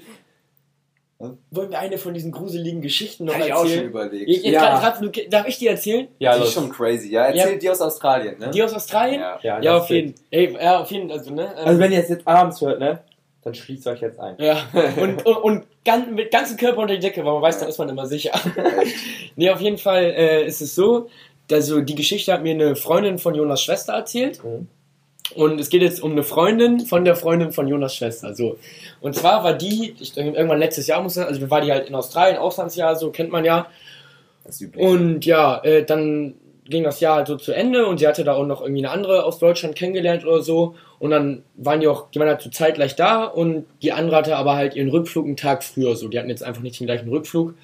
Speaker 3: Wollen wir eine von diesen gruseligen Geschichten noch
Speaker 2: Hab ich auch schon
Speaker 3: erzählen?
Speaker 2: überlegt.
Speaker 3: Ich, jetzt
Speaker 6: Ja.
Speaker 3: grad, grad, nur- darf ich die erzählen?
Speaker 6: Ja,
Speaker 2: die
Speaker 6: los.
Speaker 2: ist schon crazy. Ja, erzähl
Speaker 3: Ja.
Speaker 2: die aus Australien, ne?
Speaker 3: Die aus Australien?
Speaker 2: ja.
Speaker 3: Ja,
Speaker 6: das
Speaker 3: auf jeden Fall. Ja, auf jeden Fall. Also, ne? ähm,
Speaker 6: Also wenn ihr es jetzt abends hört, ne? dann schließt euch jetzt ein.
Speaker 3: Ja, und, und, und gan- mit ganzem Körper unter die Decke, weil man weiß, dann ist man immer sicher. nee, auf jeden Fall äh, ist es so, also die Geschichte hat mir eine Freundin von Jonas Schwester erzählt.
Speaker 6: Mhm.
Speaker 3: Und es geht jetzt um eine Freundin von der Freundin von Jonas Schwester. So. Und zwar war die, ich denke, irgendwann letztes Jahr muss man, also war die halt in Australien, Auslandsjahr, so kennt man ja.
Speaker 2: Das ist üblich.
Speaker 3: Und ja, äh, dann ging das Jahr halt so zu Ende und sie hatte da auch noch irgendwie eine andere aus Deutschland kennengelernt oder so. Und dann waren die auch, die waren halt zur Zeit gleich da und die andere hatte aber halt ihren Rückflug einen Tag früher so. Die hatten jetzt einfach nicht den gleichen Rückflug.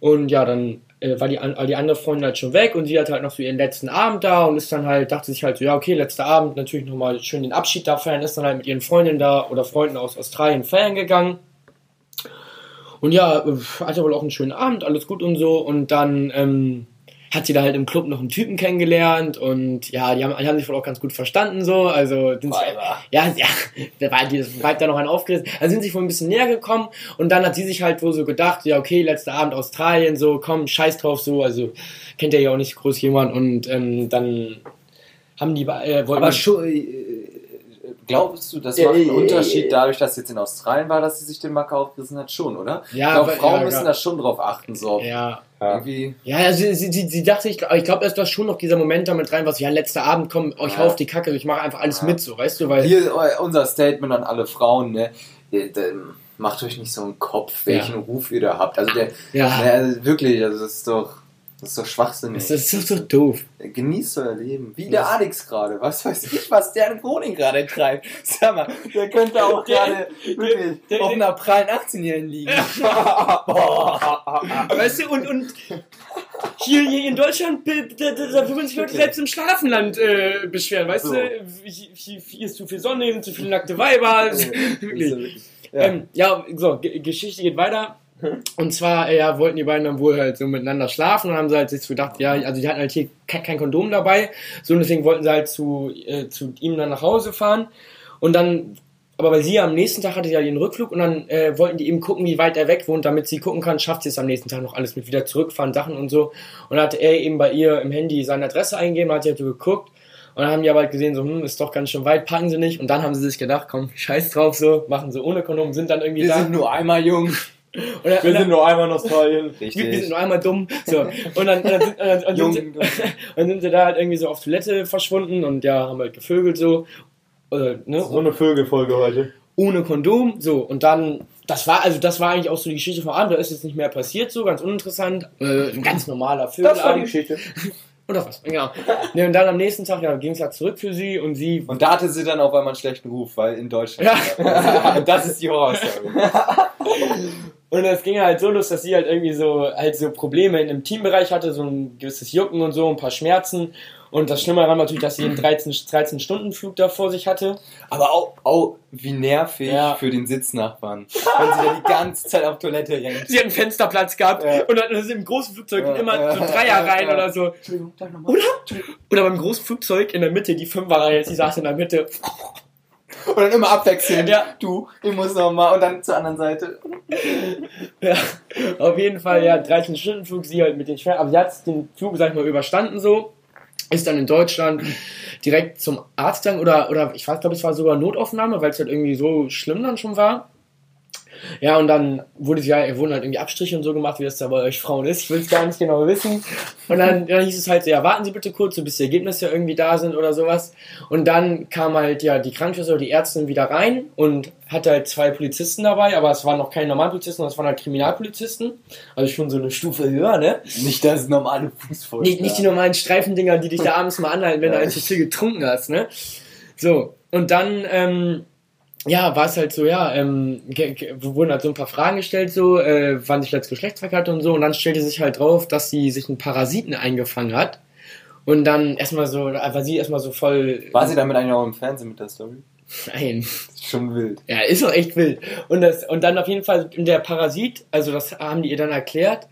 Speaker 3: Und ja, dann äh, war die, an- all die andere Freundin halt schon weg und sie hatte halt noch so ihren letzten Abend da und ist dann halt, dachte sich halt so, ja, okay, letzter Abend, natürlich nochmal schön den Abschied da feiern, ist dann halt mit ihren Freundinnen da oder Freunden aus Australien feiern gegangen. Und ja, äh, hatte wohl auch einen schönen Abend, alles gut und so. Und dann ähm, hat sie da halt im Club noch einen Typen kennengelernt und ja, die haben, die haben sich wohl auch ganz gut verstanden so. Also sind sie, ja, <laughs> ja, da war die das bleibt da noch ein aufgerissen. Also sind sich wohl ein bisschen näher gekommen und dann hat sie sich halt wohl so gedacht, ja okay, letzter Abend Australien, so komm, scheiß drauf so. Also kennt ja ja auch nicht groß jemand und ähm, dann haben die be- äh, wollten
Speaker 2: Aber scho- äh, glaubst du, das macht
Speaker 3: Äh,
Speaker 2: einen
Speaker 3: äh, äh,
Speaker 2: Unterschied dadurch, dass jetzt in Australien war, dass sie sich den Macker aufgerissen hat? Schon, oder?
Speaker 3: Ja,
Speaker 2: ich glaube,
Speaker 3: aber-
Speaker 2: Frauen
Speaker 3: ja,
Speaker 2: müssen
Speaker 3: ja.
Speaker 2: da schon drauf achten. So.
Speaker 3: ja,
Speaker 6: Ja.
Speaker 2: Irgendwie,
Speaker 3: Ja, ja, sie, sie, sie, sie dachte, ich, glaub- ich glaube, da ist doch schon noch dieser Moment damit rein, was, ja, letzter Abend, komm, oh, ich
Speaker 2: Ja.
Speaker 3: hau auf die Kacke, ich mache einfach alles
Speaker 2: Ja.
Speaker 3: mit, so, weißt du, weil.
Speaker 2: hier äh, unser Statement an alle Frauen, ne? Ihr, ähm, Macht euch nicht so einen Kopf, welchen Ruf ihr da habt. Also, der,
Speaker 3: ja,
Speaker 2: ne, also wirklich, also das ist doch, das ist doch schwachsinnig.
Speaker 3: das ist doch so doof.
Speaker 2: Genießt euer Leben. Wie der Alex gerade. Was weiß ich, was der in Groningen gerade treibt. <laughs> Sag mal, der könnte auch gerade wirklich
Speaker 3: der-
Speaker 2: auf einer prallen 18-Jährigen liegen. Boah.
Speaker 3: Weißt du, und, und hier, hier in Deutschland, da, da, da würden sich Leute selbst im Schlafenland äh, beschweren, weißt
Speaker 2: So.
Speaker 3: du, hier, hier, hier ist zu viel Sonne, zu viele nackte Weiber,
Speaker 2: Oh,
Speaker 3: also, <laughs> wirklich. Ja, ähm, ja so, G Geschichte geht weiter. Und zwar, äh, ja, wollten die beiden dann wohl halt so miteinander schlafen und haben sie halt sich so gedacht, ja, also die hatten halt hier kein, kein Kondom dabei, so und deswegen wollten sie halt zu, äh, zu ihm dann nach Hause fahren und dann, aber weil sie am nächsten Tag hatte sie ja den Rückflug und dann äh, wollten die eben gucken, wie weit er weg wohnt, damit sie gucken kann, schafft sie es am nächsten Tag noch alles mit wieder zurückfahren, Sachen und so und dann hat er eben bei ihr im Handy seine Adresse eingegeben, hat sie halt so geguckt und dann haben die aber halt gesehen, so, hm, ist doch ganz schön weit, packen sie nicht und dann haben sie sich gedacht, komm, scheiß drauf so, machen sie ohne Kondom, sind dann irgendwie
Speaker 2: Wir
Speaker 3: da.
Speaker 2: sind nur einmal jung.
Speaker 3: Und dann, und
Speaker 6: Wir
Speaker 3: dann,
Speaker 6: sind nur einmal in Australien.
Speaker 3: wir, wir sind nur einmal dumm. So. Und dann, und dann, sind, und dann, <laughs> und
Speaker 2: Äh,
Speaker 3: dann,
Speaker 2: Jung.
Speaker 3: sind, dann sind sie da halt irgendwie so auf Toilette verschwunden und ja, haben halt gevögelt so. Oder, ne?
Speaker 6: So eine Vögelfolge heute.
Speaker 3: ohne Kondom. So, und dann, das war, also das war eigentlich auch so die Geschichte vom Abend, da ist jetzt nicht mehr passiert, so ganz uninteressant. Äh, ein ganz normaler Film.
Speaker 6: Geschichte.
Speaker 3: Oder was? Genau. ne, und dann am nächsten Tag ja, ging es halt zurück für sie und sie.
Speaker 2: Und da hatte sie dann auf einmal einen schlechten Ruf, weil in Deutschland.
Speaker 3: Ja.
Speaker 2: Und <laughs> das ist die Horrorstory.
Speaker 3: Und es ging halt so los, dass sie halt irgendwie so, halt so Probleme in dem Teambereich hatte, so ein gewisses Jucken und so, ein paar Schmerzen. Und das Schlimme war natürlich, dass sie einen 13 13-Stunden-Flug da vor sich hatte.
Speaker 2: Aber auch, auch wie nervig
Speaker 3: Ja.
Speaker 2: für den Sitznachbarn, wenn sie da die ganze Zeit auf Toilette rennt.
Speaker 3: Sie hat einen Fensterplatz gehabt
Speaker 2: Ja.
Speaker 3: und dann ist im großen Flugzeug
Speaker 2: Ja,
Speaker 3: immer
Speaker 2: ja,
Speaker 3: so Dreier
Speaker 2: ja,
Speaker 3: rein
Speaker 2: ja.
Speaker 3: oder so.
Speaker 2: Entschuldigung, darf ich nochmal?
Speaker 3: Oder? Oder beim großen Flugzeug in der Mitte, die Fünferreihe, sie saß in der Mitte.
Speaker 2: Und dann immer abwechselnd.
Speaker 3: Ja.
Speaker 2: Du, ich muss nochmal. Und dann zur anderen Seite.
Speaker 3: Ja, auf jeden Fall, ja, 13-Stunden-Flug, sie halt mit den Schweren. Aber sie hat den Flug, sag ich mal, überstanden so. Ist dann in Deutschland direkt zum Arzt dann oder, oder ich weiß, glaube es war sogar Notaufnahme, weil es halt irgendwie so schlimm dann schon war. Ja, und dann wurde sie halt, wurden halt irgendwie Abstriche und so gemacht, wie das da bei euch Frauen ist. Ich will es gar nicht genau wissen. Und dann, dann hieß es halt so, ja, warten Sie bitte kurz, so bis die Ergebnisse irgendwie da sind oder sowas. Und dann kam halt ja die Krankenschwester oder die Ärztin wieder rein und hatte halt zwei Polizisten dabei, aber es waren noch keine normalen Polizisten, das waren halt Kriminalpolizisten. Also schon so eine Stufe höher, ne?
Speaker 2: Nicht das normale Fußvolk.
Speaker 3: Nicht, nicht die normalen Streifendinger, die dich da abends mal anhalten, wenn
Speaker 2: Ja.
Speaker 3: du ein zu viel getrunken hast, ne? So, und dann, ähm, ja, war es halt so, ja, ähm, ge- ge- wurden halt so ein paar Fragen gestellt, so, äh, wann sich letztes Geschlechtsverkehr hatte und so, und dann stellte sich halt drauf, dass sie sich einen Parasiten eingefangen hat. Und dann erstmal so, äh, war sie erstmal so voll.
Speaker 2: War sie damit eigentlich auch im Fernsehen mit der Story?
Speaker 3: Nein.
Speaker 2: Schon wild.
Speaker 3: Ja, ist doch echt wild. Und, das, und dann auf jeden Fall der Parasit, also das haben die ihr dann erklärt,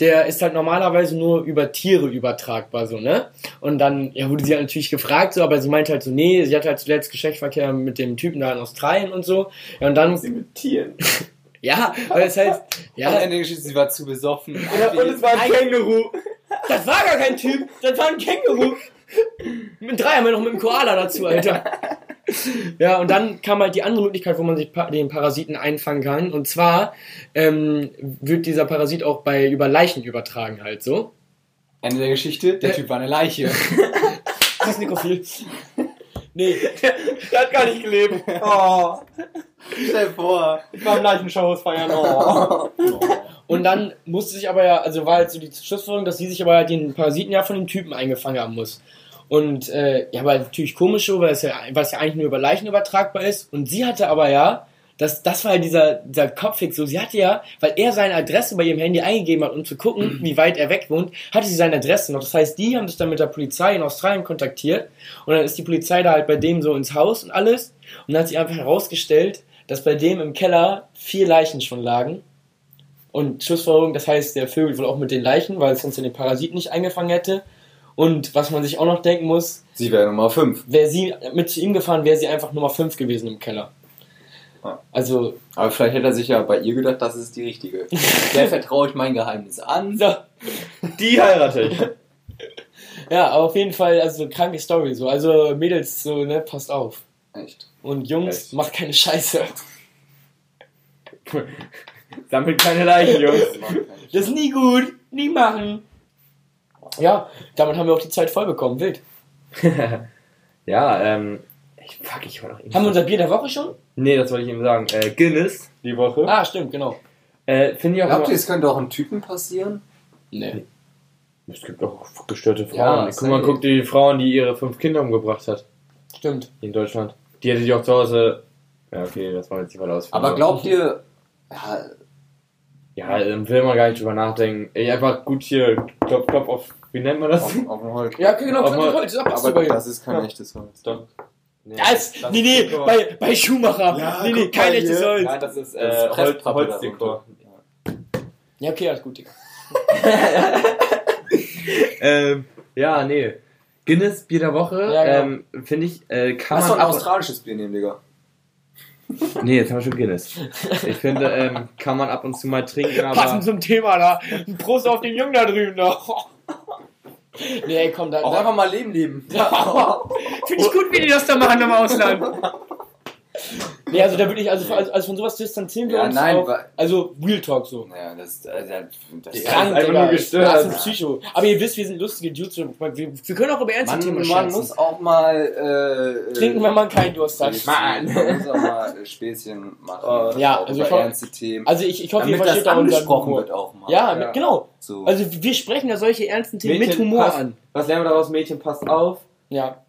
Speaker 3: der ist halt normalerweise nur über Tiere übertragbar, so, ne? Und dann ja, wurde sie halt natürlich gefragt, so, aber sie meinte halt so, nee, sie hatte halt zuletzt Geschlechtsverkehr mit dem Typen da in Australien und so. Ja, und dann,
Speaker 6: mit Tieren.
Speaker 3: <laughs> ja, weil das heißt,
Speaker 2: Ja.
Speaker 6: <laughs>
Speaker 2: Am
Speaker 3: ja,
Speaker 2: Ende der Geschichte, sie war zu besoffen.
Speaker 6: Und es war ein Känguru.
Speaker 3: das war gar kein Typ, das war ein Känguru. Mit drei haben wir noch mit dem Koala dazu, Alter. Ja, und dann kam halt die andere Möglichkeit, wo man sich pa den Parasiten einfangen kann. Und zwar ähm, wird dieser Parasit auch bei über Leichen übertragen halt so.
Speaker 2: Ende der Geschichte, der Typ war eine Leiche.
Speaker 3: Das ist Nekrophil. Nee,
Speaker 6: <laughs> Der hat gar nicht gelebt.
Speaker 2: Oh, stell dir vor.
Speaker 3: beim Leichenshows feiern. Oh. Und dann musste sich aber ja, also war halt so die Schlussfolgerung, dass sie sich aber halt den Parasiten ja von dem Typen eingefangen haben muss. Und äh, ja, war natürlich komisch, so, weil es ja, weil es ja eigentlich nur über Leichen übertragbar ist. Und sie hatte aber ja, das, das war ja dieser, dieser Kopfhick so, sie hatte ja, weil er seine Adresse bei ihrem Handy eingegeben hat, um zu gucken, wie weit er weg wohnt, hatte sie seine Adresse noch. Das heißt, die haben sich dann mit der Polizei in Australien kontaktiert und dann ist die Polizei da halt bei dem so ins Haus und alles. Und dann hat sich einfach herausgestellt, dass bei dem im Keller vier Leichen schon lagen. Und Schlussfolgerung, das heißt, der vögelt wohl auch mit den Leichen, weil es sonst ja den Parasit nicht eingefangen hätte. Und was man sich auch noch denken muss,
Speaker 2: Sie wäre Nummer 5.
Speaker 3: wäre sie mit zu ihm gefahren, wäre sie einfach Nummer 5 gewesen im Keller.
Speaker 2: Ah.
Speaker 3: Also,
Speaker 2: Aber vielleicht hätte er sich ja bei ihr gedacht, das ist die
Speaker 3: <laughs>
Speaker 2: richtige. Der vertraue ich mein Geheimnis an.
Speaker 3: so,
Speaker 6: Die heirate ich.
Speaker 3: ja, aber auf jeden Fall, also kranke Story so. Also Mädels, so, ne, passt auf.
Speaker 2: Echt.
Speaker 3: Und Jungs,
Speaker 6: Echt.
Speaker 3: macht keine Scheiße.
Speaker 6: Sammelt keine Leichen, Jungs.
Speaker 3: Das ist nie gut, nie machen. Ja, damit haben wir auch die Zeit voll bekommen, wild.
Speaker 6: ja, ähm. Ich, fuck, ich war noch irgendwie.
Speaker 3: Haben wir unser Bier der Woche schon?
Speaker 6: nee, das wollte ich eben sagen. Äh, Guinness, die Woche.
Speaker 3: Ah, stimmt, genau.
Speaker 6: Äh, Finde ich auch.
Speaker 2: Glaubt ihr,
Speaker 6: immer-
Speaker 2: es könnte auch einem Typen passieren?
Speaker 3: Nee.
Speaker 6: Es gibt auch gestörte Frauen.
Speaker 2: Ja,
Speaker 6: Guck mal,
Speaker 2: safe.
Speaker 6: guck dir die Frauen, die ihre fünf Kinder umgebracht hat.
Speaker 3: Stimmt.
Speaker 6: Die in Deutschland. Die hätte ich auch zu Hause. Ja, okay, das war jetzt nicht mal aus.
Speaker 2: Aber
Speaker 3: Also,
Speaker 2: glaubt ihr, ja,
Speaker 6: Ja, dann will man gar nicht drüber nachdenken. Ey, einfach gut hier, klopf, klopf auf. Wie nennt man <laughs> das?
Speaker 2: auf, auf dem Holz?
Speaker 3: Ja, genau,
Speaker 6: Aber-
Speaker 3: Kranke Holz, das passt
Speaker 2: Aber
Speaker 3: sogar hier.
Speaker 2: das ist kein echtes Holz.
Speaker 6: Stopp. Nee,
Speaker 3: Das, nee, nee, bei, bei Schumacher. nee, nee,
Speaker 2: guck mal
Speaker 3: kein echtes
Speaker 2: hier.
Speaker 3: Holz.
Speaker 6: Nein, das ist,
Speaker 2: Das
Speaker 6: äh,
Speaker 2: ist
Speaker 6: Holz,
Speaker 2: Presspappe
Speaker 6: Holzdekor.
Speaker 2: darunter.
Speaker 3: Ja, okay, alles gut, Digga.
Speaker 6: Ähm, ja, nee. Guinness Bier der Woche,
Speaker 3: Ja, ja.
Speaker 6: ähm, finde ich, äh, kann
Speaker 2: Lass doch
Speaker 6: man.
Speaker 2: ein australisches Bier nehmen, Digga.
Speaker 6: nee, jetzt haben wir schon Guinness. Ich finde, ähm, kann man ab und zu mal trinken, aber.
Speaker 3: Passend zum Thema da. Ein Prost auf den Jungen da drüben noch. Nee, komm, da.
Speaker 2: Auch
Speaker 3: da
Speaker 2: Also einfach mal Leben leben.
Speaker 3: Finde ich gut, wie die das da machen im Ausland. Nee, also da würde ich, also, also, also von sowas distanzieren wir
Speaker 2: Ja,
Speaker 3: uns.
Speaker 2: nein,
Speaker 3: auch,
Speaker 2: wa-
Speaker 3: also Real Talk so.
Speaker 2: Naja, das, äh, das, das
Speaker 6: Ja, ist einfach nur gestört.
Speaker 3: Das ist ein Psycho. Aber ihr wisst, wir sind lustige Dudes. Wir, wir können auch über ernste
Speaker 2: man,
Speaker 3: Themen
Speaker 2: man
Speaker 3: scherzen.
Speaker 2: muss auch mal äh, äh,
Speaker 3: Trinken, wenn man keinen Durst hat.
Speaker 2: Man muss auch mal äh, Späßchen machen.
Speaker 3: Ja,
Speaker 2: auch
Speaker 3: also ich
Speaker 2: über
Speaker 3: hoffe-
Speaker 2: ernste Themen.
Speaker 3: Also ich, ich hoffe, ihr
Speaker 2: damit
Speaker 3: versteht
Speaker 2: das
Speaker 3: da unseren
Speaker 2: angesprochen
Speaker 3: Humor.
Speaker 2: wird auch mal.
Speaker 3: Ja,
Speaker 6: Ja.
Speaker 3: genau.
Speaker 2: So.
Speaker 3: Also wir sprechen da solche ernsten Themen mit
Speaker 6: Mädchen,
Speaker 3: Humor
Speaker 6: passt-
Speaker 3: an.
Speaker 6: Was lernen wir daraus? Mädchen, passt auf.
Speaker 3: Ja.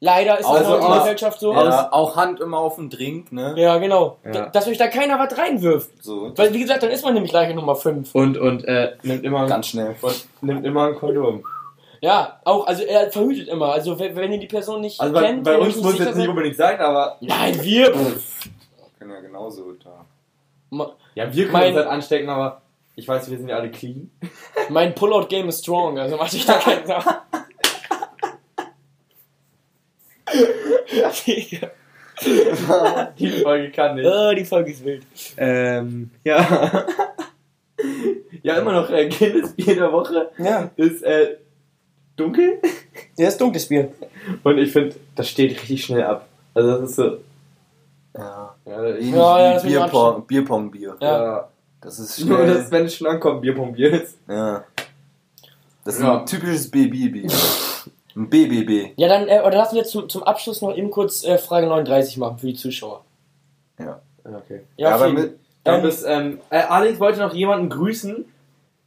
Speaker 3: Leider ist
Speaker 2: Also
Speaker 3: das in der
Speaker 2: aus-
Speaker 3: Gesellschaft so.
Speaker 2: ja, auch Hand immer auf den Drink, ne?
Speaker 3: Ja, genau.
Speaker 6: Ja.
Speaker 3: Da- Dass euch da keiner was reinwirft.
Speaker 2: So,
Speaker 3: Weil, wie gesagt, dann ist man nämlich Leiche Nummer 5.
Speaker 6: Und, und, äh, nimmt immer,
Speaker 2: ganz schnell.
Speaker 6: und nimmt immer ein Kondom.
Speaker 3: Ja, auch, also er verhütet immer. Also, wenn, wenn ihr die Person nicht
Speaker 6: Also bei,
Speaker 3: kennt,
Speaker 6: bei
Speaker 3: wenn ihr
Speaker 6: uns
Speaker 3: euch
Speaker 6: muss
Speaker 3: sicher
Speaker 6: jetzt nicht
Speaker 3: seid-
Speaker 6: unbedingt sein, aber.
Speaker 3: Nein, wir. Pff,
Speaker 2: Können ja genauso da.
Speaker 3: Ma-
Speaker 6: Ja, wir können
Speaker 3: Mein-
Speaker 6: uns halt anstecken, aber ich weiß, wir sind ja alle clean. <laughs>
Speaker 3: mein Pullout-Game ist strong, also mach <laughs> dich da keinen Sorgen.
Speaker 6: Die Folge kann nicht.
Speaker 3: oh, die Folge ist wild.
Speaker 6: Ähm, ja. <laughs> ja, immer noch äh, Guinness Bier der Woche
Speaker 3: Ja,
Speaker 6: ist äh, dunkel
Speaker 3: der ist dunkles Bier.
Speaker 6: und ich finde, das steht richtig schnell ab. Also das ist so.
Speaker 2: Ja.
Speaker 6: Ja, ich,
Speaker 2: Ähnlich
Speaker 3: Ja, ja, das
Speaker 2: wie
Speaker 3: will ich mal
Speaker 2: Bierpong, Bierpong-Bier.
Speaker 3: Ja.
Speaker 6: ja.
Speaker 2: Das ist
Speaker 6: Nur,
Speaker 2: schnell.
Speaker 6: dass Menschen ankommen, Bierpumpier ist.
Speaker 2: ja. Das ist
Speaker 6: Ja.
Speaker 2: ein typisches BBB. ein BBB.
Speaker 3: Ja, dann äh, oder lassen wir jetzt zum, zum Abschluss noch eben kurz äh, Frage 39 machen für die Zuschauer.
Speaker 6: Ah, Okay.
Speaker 2: Ja, aber
Speaker 3: vielen-
Speaker 2: mit,
Speaker 6: Dann bis, ähm, äh, Alex wollte noch jemanden grüßen.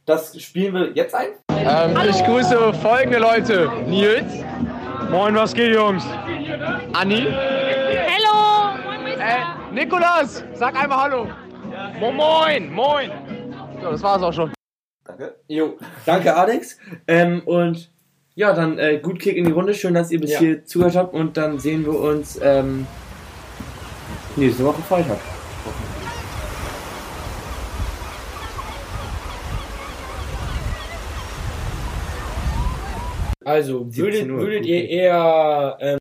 Speaker 6: Das spielen wir jetzt ein.
Speaker 5: Ähm, ich grüße folgende Leute. Nils. Moin, was geht, Jungs? Anni.
Speaker 7: Hello! Moin, Meister!
Speaker 5: Äh, Nikolas, sag einmal Hallo. Moin, moin. So, das war's auch schon.
Speaker 2: danke.
Speaker 6: Jo, danke Alex. Ähm, und ja, dann äh, gut Kick in die Runde. Schön, dass ihr bis
Speaker 3: Ja.
Speaker 6: hier zugehört habt. Und dann sehen wir uns ähm, nächste Woche Freitag.
Speaker 3: Also, würdet,
Speaker 6: 17 Uhr,
Speaker 3: würdet
Speaker 6: gut.
Speaker 3: Also, ihr eher ähm,